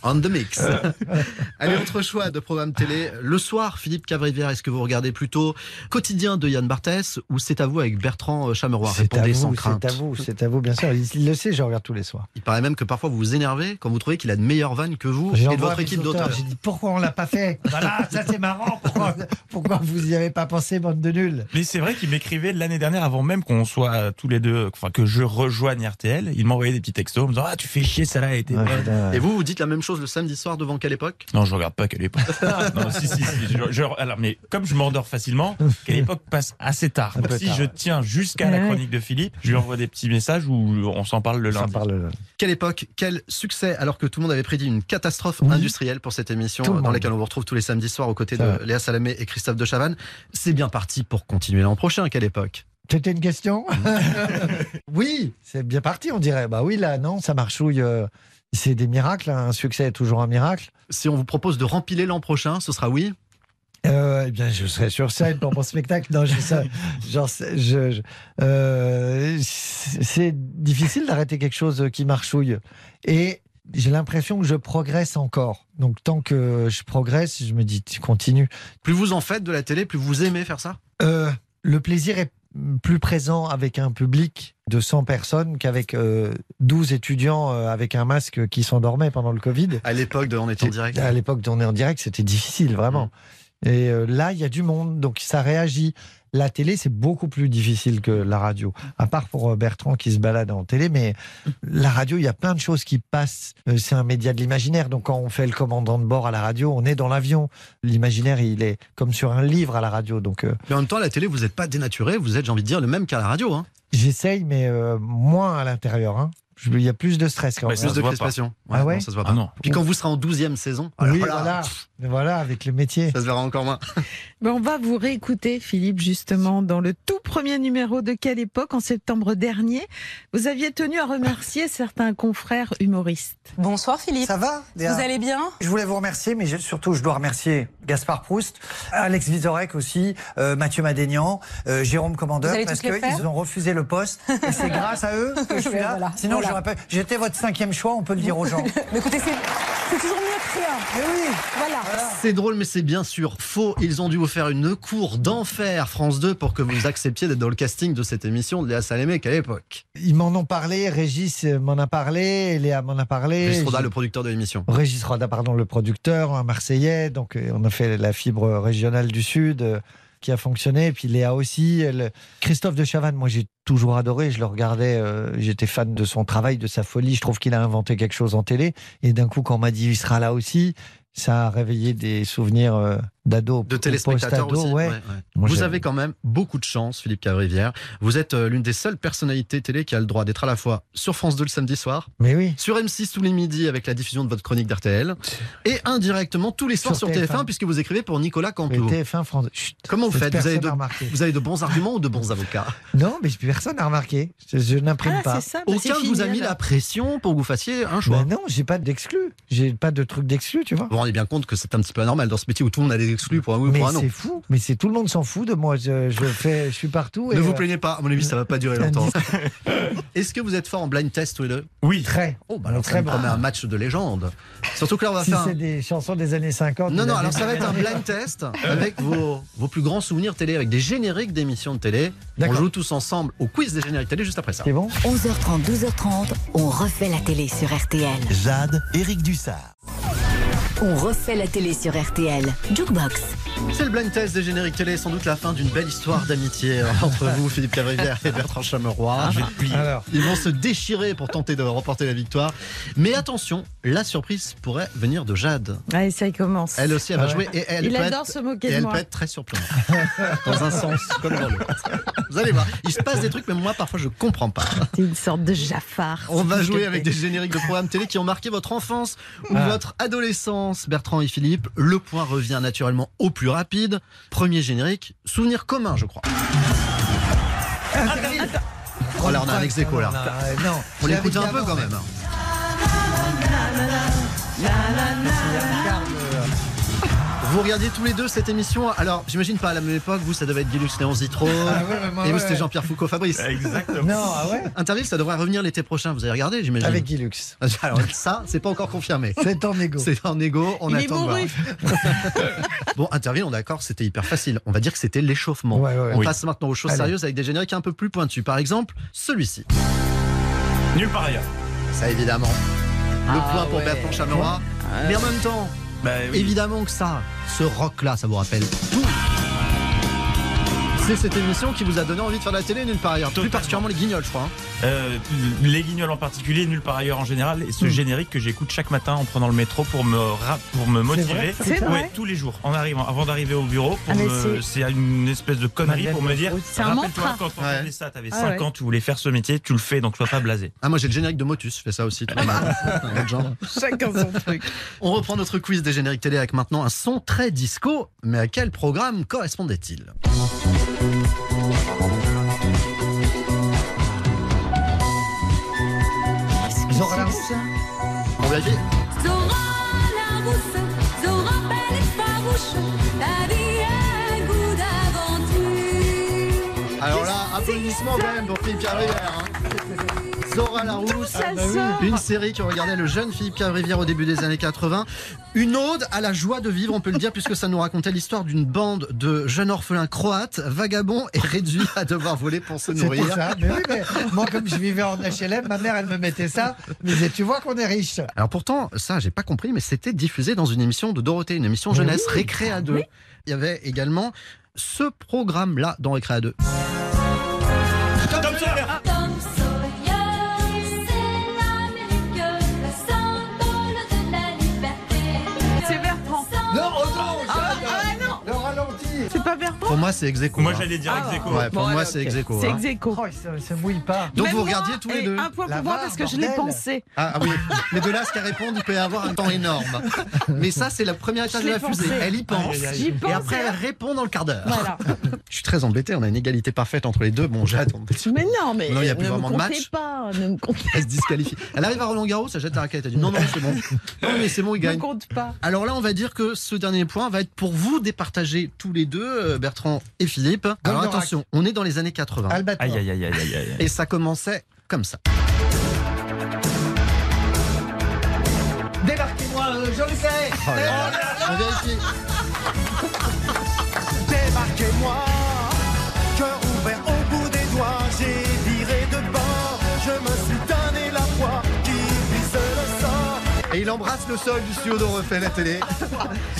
[SPEAKER 3] On the mix.
[SPEAKER 5] Euh.
[SPEAKER 3] Allez, autre choix de programme télé. Le soir, Philippe Cavrivière, est-ce que vous regardez plutôt Quotidien de Yann Barthès ou C'est à vous avec Bertrand Chameroy
[SPEAKER 5] C'est à
[SPEAKER 3] Répondez sans
[SPEAKER 5] vous,
[SPEAKER 3] crainte.
[SPEAKER 5] c'est à vous, c'est à vous, bien sûr. Il il le sait, je regarde tous les soirs.
[SPEAKER 3] Il paraît même que parfois vous vous énervez quand vous trouvez qu'il a de meilleures vannes que vous
[SPEAKER 5] J'ai
[SPEAKER 3] et de
[SPEAKER 5] envoyé
[SPEAKER 3] votre
[SPEAKER 5] à mes
[SPEAKER 3] équipe
[SPEAKER 5] auteurs,
[SPEAKER 3] d'auteurs.
[SPEAKER 5] J'ai dit pourquoi on l'a pas fait Eh, Voilà, ça c'est marrant. Pourquoi, pourquoi vous y avez pas pensé, bande de nuls
[SPEAKER 6] Mais c'est vrai qu'il m'écrivait l'année dernière, avant même qu'on soit euh, tous les deux, enfin que je rejoigne RTL, il m'envoyait des petits textos en me disant Ah, tu fais chier, ça là a été bonne.
[SPEAKER 3] Et vous, vous dites la même chose le samedi soir devant quelle époque
[SPEAKER 6] Non, je regarde pas quelle époque. Ah, non, si, si, si, je- je- alors, mais comme je m'endors facilement, quelle époque passe assez tard.
[SPEAKER 5] Un peu
[SPEAKER 6] si
[SPEAKER 5] tard,
[SPEAKER 6] je
[SPEAKER 5] ouais.
[SPEAKER 6] tiens jusqu'à la
[SPEAKER 5] Ouais.
[SPEAKER 6] chronique de Philippe, je lui envoie des petits messages où on s'en parle le lundi.
[SPEAKER 3] Quelle époque, quel succès, alors que tout le monde avait prédit une catastrophe industrielle pour cette émission euh,
[SPEAKER 5] Tout le
[SPEAKER 3] dans
[SPEAKER 5] monde.
[SPEAKER 3] laquelle on vous retrouve tous les samedis soirs aux côtés
[SPEAKER 5] Ça
[SPEAKER 3] de Léa Salamé et Christophe de Chavannes. C'est bien parti pour continuer l'an prochain, quelle époque
[SPEAKER 5] C'était une question Oui, c'est bien parti, on dirait. Bah oui, là, non, ça marchouille. euh, c'est des miracles. hein. Un succès est toujours un miracle.
[SPEAKER 3] Si on vous propose de rempiler l'an prochain, ce sera oui
[SPEAKER 5] Euh, eh bien, je serai sur scène pour mon spectacle. Non, je, ça, genre, c'est- je- je- euh, c'est difficile d'arrêter quelque chose qui marchouille. Et j'ai l'impression que je progresse encore. Donc, tant que je progresse, je me dis, tu continues.
[SPEAKER 3] Plus vous en faites de la télé, plus vous aimez faire ça
[SPEAKER 5] Euh, le plaisir est plus présent avec un public de 100 personnes qu'avec euh, 12 étudiants euh, avec un masque qui s'endormaient pendant le Covid.
[SPEAKER 3] À l'époque de On est en direct. Mm.
[SPEAKER 5] À l'époque d'on est en direct, c'était difficile, vraiment. Et euh, là, il y a du monde, donc ça réagit. La télé, c'est beaucoup plus difficile que la radio. À part pour euh, Bertrand qui se balade en télé, mais la radio, il y a plein de choses qui passent. Euh, C'est un média de l'imaginaire. Donc, quand on fait le commandant de bord à la radio, on est dans l'avion. L'imaginaire, il est comme sur un livre à la radio. Donc, euh,
[SPEAKER 3] Mais en même temps, à la télé, vous n'êtes pas dénaturé, vous êtes, j'ai envie de dire, le même qu'à la radio. Hein.
[SPEAKER 5] j'essaye, mais euh, moins à l'intérieur. hein. Je- Il y a plus de stress quand
[SPEAKER 3] Plus
[SPEAKER 5] même.
[SPEAKER 3] de crispation.
[SPEAKER 5] Ah ouais
[SPEAKER 3] non, ça se voit pas.
[SPEAKER 5] Ah non.
[SPEAKER 3] Puis quand vous serez en 12e saison,
[SPEAKER 5] Oui,
[SPEAKER 3] alors Oh là,
[SPEAKER 5] voilà.
[SPEAKER 3] pff,
[SPEAKER 5] Voilà, avec le métier.
[SPEAKER 3] Ça se verra encore moins.
[SPEAKER 4] Ben, on va vous réécouter, Philippe, justement, dans le tout premier numéro de Quelle époque, en septembre dernier. Vous aviez tenu à remercier certains confrères humoristes.
[SPEAKER 18] Bonsoir Philippe.
[SPEAKER 12] Ça va Léa
[SPEAKER 18] Vous allez bien
[SPEAKER 12] Je voulais vous remercier, mais je- surtout je dois remercier Gaspard Proust, Alex Vizorek aussi, euh, Mathieu Madénian, euh, Jérôme Commandeur,
[SPEAKER 18] Vous allez
[SPEAKER 12] parce
[SPEAKER 18] tous les faire
[SPEAKER 12] qu'ils ont refusé le poste. Et c'est grâce à eux que je suis
[SPEAKER 18] Ouais,
[SPEAKER 12] là.
[SPEAKER 18] voilà,
[SPEAKER 12] Sinon,
[SPEAKER 18] voilà.
[SPEAKER 12] j'aurais pas- j'étais votre cinquième choix, on peut le dire aux gens.
[SPEAKER 18] Mais écoutez, c'est c'est toujours mieux que rien.
[SPEAKER 12] Mais oui
[SPEAKER 18] Voilà.
[SPEAKER 3] C'est drôle, mais c'est bien sûr faux. Ils ont dû vous faire une cour d'enfer, France 2, pour que vous acceptiez d'être dans le casting de cette émission de Léa Salamé qu'à l'époque.
[SPEAKER 5] Ils m'en ont parlé, Régis euh, m'en a parlé, Léa m'en a parlé.
[SPEAKER 3] Régis Roda,
[SPEAKER 5] J'ai-
[SPEAKER 3] le producteur de l'émission.
[SPEAKER 5] Régis Roda, pardon, le producteur, un Marseillais. Donc, euh, on a fait la fibre régionale du Sud euh, qui a fonctionné. Et puis Léa aussi. elle- Christophe de Chavannes, moi, j'ai toujours adoré. Je le regardais. euh, J'étais fan de son travail, de sa folie. Je trouve qu'il a inventé quelque chose en télé. Et d'un coup, quand on m'a dit il sera là aussi, ça a réveillé des souvenirs euh, d'ado.
[SPEAKER 3] De téléspectateurs aussi. ouais, ouais.
[SPEAKER 5] Moi,
[SPEAKER 3] vous
[SPEAKER 5] j'ai-
[SPEAKER 3] avez quand même beaucoup de chance, Philippe Cavrivière. Vous êtes euh, l'une des seules personnalités télé qui a le droit d'être à la fois sur France 2 le samedi soir,
[SPEAKER 5] Mais oui.
[SPEAKER 3] sur M6 tous les midis avec la diffusion de votre chronique d'RTL, et indirectement tous les soirs sur,
[SPEAKER 5] Sur
[SPEAKER 3] TF1,
[SPEAKER 5] TF1,
[SPEAKER 3] puisque vous écrivez pour Nicolas
[SPEAKER 5] Et
[SPEAKER 3] Canteloup.
[SPEAKER 5] TF1 France. Chut,
[SPEAKER 3] Comment vous
[SPEAKER 5] cette
[SPEAKER 3] faites vous avez,
[SPEAKER 5] personne
[SPEAKER 3] de,
[SPEAKER 5] a remarqué.
[SPEAKER 3] vous avez de bons arguments ou de bons avocats
[SPEAKER 5] Non, mais personne n'a remarqué. Je, je n'imprime
[SPEAKER 3] Ah,
[SPEAKER 5] pas.
[SPEAKER 3] c'est ça, bah, Aucun c'est ne vous fini, a mis alors. la pression pour que vous fassiez un
[SPEAKER 5] choix. Bah, Ben non, j'ai pas d'exclus. J'ai pas de truc d'exclus, tu vois.
[SPEAKER 3] Vous vous rendez bien compte que c'est un petit peu anormal dans ce métier où tout le monde a des exclus pour un oui ou
[SPEAKER 5] mais
[SPEAKER 3] pour un non.
[SPEAKER 5] c'est fou. Mais c'est tout le monde s'en fout de moi. Je, je fais, je suis partout.
[SPEAKER 3] Ne
[SPEAKER 5] et,
[SPEAKER 3] vous
[SPEAKER 5] euh,
[SPEAKER 3] plaignez pas, à mon avis, ça va pas durer longtemps. Est-ce que vous êtes fort en blind test tous les deux
[SPEAKER 5] Oui. Très.
[SPEAKER 3] Oh, bah alors,
[SPEAKER 5] Très
[SPEAKER 3] ça me
[SPEAKER 5] bon.
[SPEAKER 3] promet un match de légende. Surtout que là, on va
[SPEAKER 5] si
[SPEAKER 3] faire. un-
[SPEAKER 5] c'est des chansons des années
[SPEAKER 3] Non,
[SPEAKER 5] 50. des
[SPEAKER 3] non,
[SPEAKER 5] années
[SPEAKER 3] alors ça va être un
[SPEAKER 5] 80.
[SPEAKER 3] blind test avec vos, vos plus grands souvenirs télé, avec des génériques d'émissions de télé. On joue tous ensemble au quiz des génériques télé juste après ça.
[SPEAKER 2] 11h30, 12h30, on refait la télé sur RTL.
[SPEAKER 1] Jade, Eric Dussard.
[SPEAKER 2] On refait la télé sur RTL. Jukebox.
[SPEAKER 3] C'est le blind test des génériques télé, sans doute la fin d'une belle histoire d'amitié euh, entre vous, Philippe Cavrivière et Bertrand Chameroy.
[SPEAKER 5] Je vais te plier. Alors.
[SPEAKER 3] Ils vont se déchirer pour tenter de remporter la victoire. Mais attention, la surprise pourrait venir de Jade.
[SPEAKER 4] Allez, ça y commence.
[SPEAKER 3] Elle aussi, elle va jouer et elle
[SPEAKER 4] Il
[SPEAKER 3] peut
[SPEAKER 4] adore hein.
[SPEAKER 3] être-
[SPEAKER 4] se moquer
[SPEAKER 3] et
[SPEAKER 4] de
[SPEAKER 3] elle
[SPEAKER 4] moi.
[SPEAKER 3] peut être très surprenante. Dans un sens comme dans l'autre. Vous allez voir, il se passe des trucs, même moi parfois je comprends pas.
[SPEAKER 4] C'est une sorte de Jafar.
[SPEAKER 3] On va
[SPEAKER 4] Je
[SPEAKER 3] jouer
[SPEAKER 4] le
[SPEAKER 3] avec
[SPEAKER 4] fais.
[SPEAKER 3] des génériques de programmes télé qui ont marqué votre enfance ou
[SPEAKER 4] Ah.
[SPEAKER 3] votre adolescence, Bertrand et Philippe. Le point revient naturellement au plus rapide. Premier générique, souvenir commun, je crois. Oh là, on a un ex aequo, là.
[SPEAKER 5] non.
[SPEAKER 3] On
[SPEAKER 5] Je
[SPEAKER 3] l'écoute
[SPEAKER 5] l'avais
[SPEAKER 3] un
[SPEAKER 5] dit
[SPEAKER 3] peu
[SPEAKER 5] avant,
[SPEAKER 3] quand même. Vous regardiez tous les deux cette émission. Alors, j'imagine pas à la même époque, vous, ça devait être Guilux Léon Zitrone.
[SPEAKER 5] Ah ouais, ouais, moi,
[SPEAKER 3] et vous,
[SPEAKER 5] ouais,
[SPEAKER 3] c'était
[SPEAKER 5] ouais.
[SPEAKER 3] Jean-Pierre Foucault Fabrice.
[SPEAKER 5] Exactement. Non, ah ouais
[SPEAKER 3] Interville, ça devrait revenir l'été prochain. Vous avez regardé, j'imagine.
[SPEAKER 5] Avec Guilux.
[SPEAKER 3] Alors, ça, c'est pas encore confirmé.
[SPEAKER 5] C'est en égo.
[SPEAKER 3] C'est en égo, on
[SPEAKER 5] Il est
[SPEAKER 3] attend de
[SPEAKER 5] bourru.
[SPEAKER 3] voir. bon, Interville, on est d'accord, c'était hyper facile. On va dire que c'était l'échauffement.
[SPEAKER 5] Ouais, ouais, ouais.
[SPEAKER 3] On
[SPEAKER 5] Oui.
[SPEAKER 3] passe maintenant aux choses
[SPEAKER 5] Allez.
[SPEAKER 3] sérieuses avec des génériques un peu plus pointus. Par exemple, celui-ci.
[SPEAKER 11] Nulle part ailleurs.
[SPEAKER 3] Ça, évidemment. Le
[SPEAKER 11] Ah
[SPEAKER 3] point pour
[SPEAKER 11] ouais.
[SPEAKER 3] Bertrand Chameroy. Mais en même temps,
[SPEAKER 6] Bah
[SPEAKER 3] évidemment que ça, ce rock-là, ça vous rappelle tout. C'est cette émission qui vous a donné envie de faire de la télé nulle part ailleurs. Plus particulièrement les guignols, je crois. hein.
[SPEAKER 6] Euh, les Guignols en particulier, nulle part ailleurs en général, et ce
[SPEAKER 11] Hmm.
[SPEAKER 6] générique que j'écoute chaque matin en prenant le métro pour me ra- pour me motiver,
[SPEAKER 11] vrai, c'est
[SPEAKER 6] Ouais,
[SPEAKER 11] vrai
[SPEAKER 6] tous les jours, en arrivant, avant d'arriver au bureau,
[SPEAKER 11] Ah,
[SPEAKER 6] pour
[SPEAKER 11] mais
[SPEAKER 6] me- c'est une espèce de connerie
[SPEAKER 11] Madeleine
[SPEAKER 6] pour me dire,
[SPEAKER 11] C'est un
[SPEAKER 6] rappelle-toi
[SPEAKER 11] mantra.
[SPEAKER 6] quand on
[SPEAKER 11] Ouais.
[SPEAKER 6] faisait ça, t'avais
[SPEAKER 11] Ah
[SPEAKER 6] 5
[SPEAKER 11] ouais.
[SPEAKER 6] ans, tu voulais faire ce métier, tu le fais, donc sois pas blasé.
[SPEAKER 3] Ah, moi j'ai le générique de Motus, je fais ça aussi. tout le mal. Un autre genre.
[SPEAKER 4] Chacun son truc.
[SPEAKER 3] On reprend notre quiz des génériques télé avec maintenant un son très disco, mais à quel programme correspondait-il
[SPEAKER 5] Zorla
[SPEAKER 3] On vérifie
[SPEAKER 10] Zora la rousse, Zora belle et farouche, la vie a un goût d'aventure.
[SPEAKER 3] Alors là, applaudissements quand même pour Philippe Cavrivière. hein. Zora Larousse,
[SPEAKER 10] Ah bah oui.
[SPEAKER 3] une série qui regardait le jeune Philippe Cavrivière au début des années 80. Une ode à la joie de vivre, on peut le dire, puisque ça nous racontait l'histoire d'une bande de jeunes orphelins croates, vagabonds et réduits à devoir voler pour se
[SPEAKER 5] C'était
[SPEAKER 3] nourrir.
[SPEAKER 5] ça. Mais oui, mais moi, comme je vivais en HLM, ma mère, elle me mettait ça. Mais tu vois qu'on est riche.
[SPEAKER 3] Alors pourtant, ça, j'ai pas compris, mais c'était diffusé dans une émission de Dorothée, une émission
[SPEAKER 5] Mais
[SPEAKER 3] jeunesse,
[SPEAKER 5] oui.
[SPEAKER 3] Récré à deux. Il y avait également ce programme-là dans Récré à deux.
[SPEAKER 10] Tom Sawyer, Tom Sawyer, c'est l'Amérique, le symbole de la liberté.
[SPEAKER 4] C'est Bertrand.
[SPEAKER 10] Non, oh non,
[SPEAKER 4] ah, ah, non.
[SPEAKER 5] Le ralenti.
[SPEAKER 4] C'est pas Bertrand.
[SPEAKER 3] Faut moi, c'est ex aequo,
[SPEAKER 6] Moi,
[SPEAKER 3] hein.
[SPEAKER 6] j'allais dire ex aequo.
[SPEAKER 3] Ouais, pour
[SPEAKER 6] Bon,
[SPEAKER 3] moi,
[SPEAKER 6] alors,
[SPEAKER 3] c'est
[SPEAKER 6] ok.
[SPEAKER 3] ex aequo,
[SPEAKER 4] C'est
[SPEAKER 3] hein.
[SPEAKER 4] ex aequo.
[SPEAKER 5] ça Oh, se mouille pas.
[SPEAKER 3] Donc
[SPEAKER 4] Même
[SPEAKER 3] vous
[SPEAKER 4] moi,
[SPEAKER 3] regardiez tous les
[SPEAKER 4] et
[SPEAKER 3] deux.
[SPEAKER 4] Un point
[SPEAKER 3] La
[SPEAKER 4] pour moi
[SPEAKER 3] VAR,
[SPEAKER 4] parce que je l'ai
[SPEAKER 3] bordel.
[SPEAKER 4] pensé.
[SPEAKER 3] Ah, ah oui, mais de là à ce qu'elle réponde, il peut y avoir un temps énorme. Mais ça, c'est la première étape
[SPEAKER 4] Je
[SPEAKER 3] de la
[SPEAKER 4] l'ai pensé.
[SPEAKER 3] fusée. Elle y pense.
[SPEAKER 4] Aïe, aïe, aïe. J'y
[SPEAKER 3] Et
[SPEAKER 4] pensais.
[SPEAKER 3] après, elle répond dans le quart d'heure. Je suis très embêté, on a une égalité parfaite entre les deux. Bon, j'ai attendu.
[SPEAKER 4] Mais non, mais
[SPEAKER 3] Non, il y a plus
[SPEAKER 4] ne
[SPEAKER 3] vraiment
[SPEAKER 4] me
[SPEAKER 3] de
[SPEAKER 4] comptez
[SPEAKER 3] match.
[SPEAKER 4] pas, ne me comptez
[SPEAKER 3] Elle se disqualifie. Elle arrive à Roland Garros, elle jette la raquette. Elle dit non, non, c'est bon. Non, mais c'est bon, il
[SPEAKER 4] ne
[SPEAKER 3] gagne.
[SPEAKER 4] compte pas.
[SPEAKER 3] Alors là, on va dire que ce dernier point va être pour vous départager tous les deux, euh, Bertrand et Philippe. Alors
[SPEAKER 5] Goldorak.
[SPEAKER 3] attention, on est dans les années 80.
[SPEAKER 5] Albatros.
[SPEAKER 6] Aïe, aïe, aïe, aïe, aïe, aïe.
[SPEAKER 3] Et ça commençait comme ça.
[SPEAKER 17] Débarquez-moi, euh, je le sais
[SPEAKER 3] Oh là là. On vérifie.
[SPEAKER 17] Débarquez-moi, cœur ouvert au bout des doigts, j'ai viré de bord, je me suis donné la foi qui vise le sort.
[SPEAKER 3] Et il embrasse le sol du studio de Refait la télé.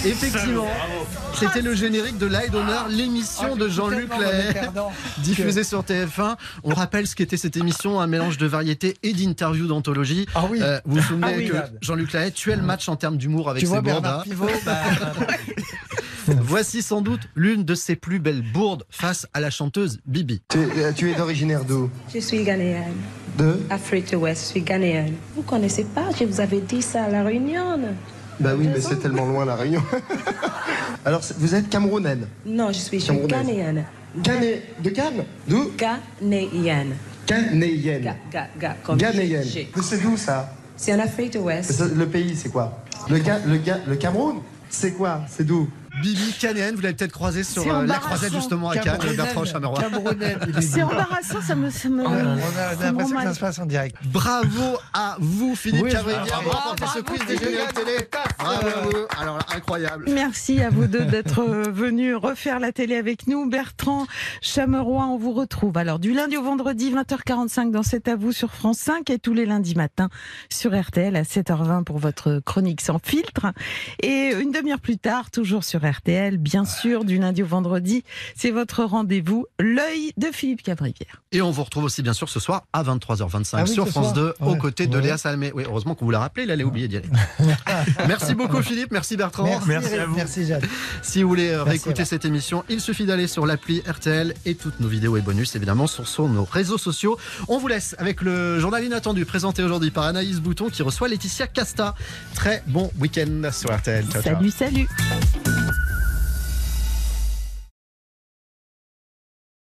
[SPEAKER 3] Effectivement, c'était le générique de L'Aide d'honneur,
[SPEAKER 5] Ah, Oh,
[SPEAKER 3] l'émission de Jean-Luc Lahaye, diffusée sur TF1. On rappelle ce qu'était cette émission, un mélange de variété et d'interviews d'anthologie.
[SPEAKER 5] Ah oui.
[SPEAKER 3] Euh, vous vous souvenez
[SPEAKER 5] Ah oui.
[SPEAKER 3] que Jean-Luc Lahaye tuait le match en termes d'humour avec
[SPEAKER 5] Tu
[SPEAKER 3] ses
[SPEAKER 5] vois
[SPEAKER 3] bourdes.
[SPEAKER 5] Bernard
[SPEAKER 3] hein.
[SPEAKER 5] Pivot, bah,
[SPEAKER 3] Voici sans doute l'une de ses plus belles bourdes face à la chanteuse Bibi.
[SPEAKER 17] Tu es originaire d'où
[SPEAKER 19] Je suis ghanéenne.
[SPEAKER 17] De
[SPEAKER 19] Afrique Ouest, je suis ghanéenne. Vous connaissez pas, je vous avais dit ça à la réunion.
[SPEAKER 17] Bah oui, mais c'est tellement loin la Réunion. Alors, c'est- vous êtes camerounaine
[SPEAKER 19] Non, je suis, je suis
[SPEAKER 17] Camerounaise.
[SPEAKER 19] ghanéenne.
[SPEAKER 17] Ghané- de Cannes D'où
[SPEAKER 19] Ghanéenne. Ga,
[SPEAKER 17] Ghanéenne.
[SPEAKER 19] ga, ga, comme
[SPEAKER 17] Ghanéenne.
[SPEAKER 19] G, G.
[SPEAKER 17] Mais C'est d'où ça
[SPEAKER 19] C'est en Afrique
[SPEAKER 17] Mais
[SPEAKER 19] Ouest.
[SPEAKER 17] ça, Le pays, c'est quoi le, Ga- le, Ga- le Cameroun C'est quoi C'est d'où
[SPEAKER 3] Bibi Canéenne, vous l'avez peut-être croisée sur
[SPEAKER 4] C'est
[SPEAKER 3] euh, la
[SPEAKER 4] embarrassant.
[SPEAKER 3] croisette justement euh, à Cannes,
[SPEAKER 5] Camerounaise.
[SPEAKER 3] Bertrand Chamerois.
[SPEAKER 5] Camerounaise. il est
[SPEAKER 4] C'est
[SPEAKER 5] goût.
[SPEAKER 4] embarrassant, ça me. Ça me
[SPEAKER 3] Ah,
[SPEAKER 5] On a
[SPEAKER 4] ça me rend
[SPEAKER 5] l'impression que
[SPEAKER 4] mal.
[SPEAKER 5] ça se passe en direct.
[SPEAKER 3] Bravo à vous, Philippe
[SPEAKER 5] Oui,
[SPEAKER 3] Cavalier,
[SPEAKER 5] bravo.
[SPEAKER 3] d'avoir remporté ce quiz des génériques télé. Bravo à vous. Alors, incroyable.
[SPEAKER 4] Merci à vous deux d'être euh, venus refaire la télé avec nous. Bertrand Chameroy, on vous retrouve alors du lundi au vendredi 20h45 dans C'est à vous sur France 5 et tous les lundis matins sur RTL à 7h20 pour votre chronique sans filtre. Et une demi-heure plus tard, toujours sur RTL, bien sûr, du lundi au vendredi, c'est votre rendez-vous, l'œil de Philippe Cavrivière.
[SPEAKER 3] Et on vous retrouve aussi, bien sûr, ce soir à 23h25
[SPEAKER 5] Ah oui,
[SPEAKER 3] sur
[SPEAKER 5] ce
[SPEAKER 3] France
[SPEAKER 5] soir.
[SPEAKER 3] 2, aux
[SPEAKER 5] Ouais.
[SPEAKER 3] côtés de
[SPEAKER 5] Ouais.
[SPEAKER 3] Léa Salmé. Oui, heureusement qu'on vous l'a rappelé, il allait oublier d'y aller. merci beaucoup, Philippe. Merci, Bertrand.
[SPEAKER 6] Merci à vous.
[SPEAKER 5] Merci Jeanne.
[SPEAKER 3] Si vous voulez euh,
[SPEAKER 5] Merci,
[SPEAKER 3] réécouter
[SPEAKER 5] Alain.
[SPEAKER 3] cette émission, il suffit d'aller sur l'appli RTL et toutes nos vidéos et bonus, évidemment, sont sur nos réseaux sociaux. On vous laisse avec le journal inattendu présenté aujourd'hui par Anaïs Bouton qui reçoit Laetitia Casta. Très bon week-end sur RTL. Ciao, ciao.
[SPEAKER 4] Salut, salut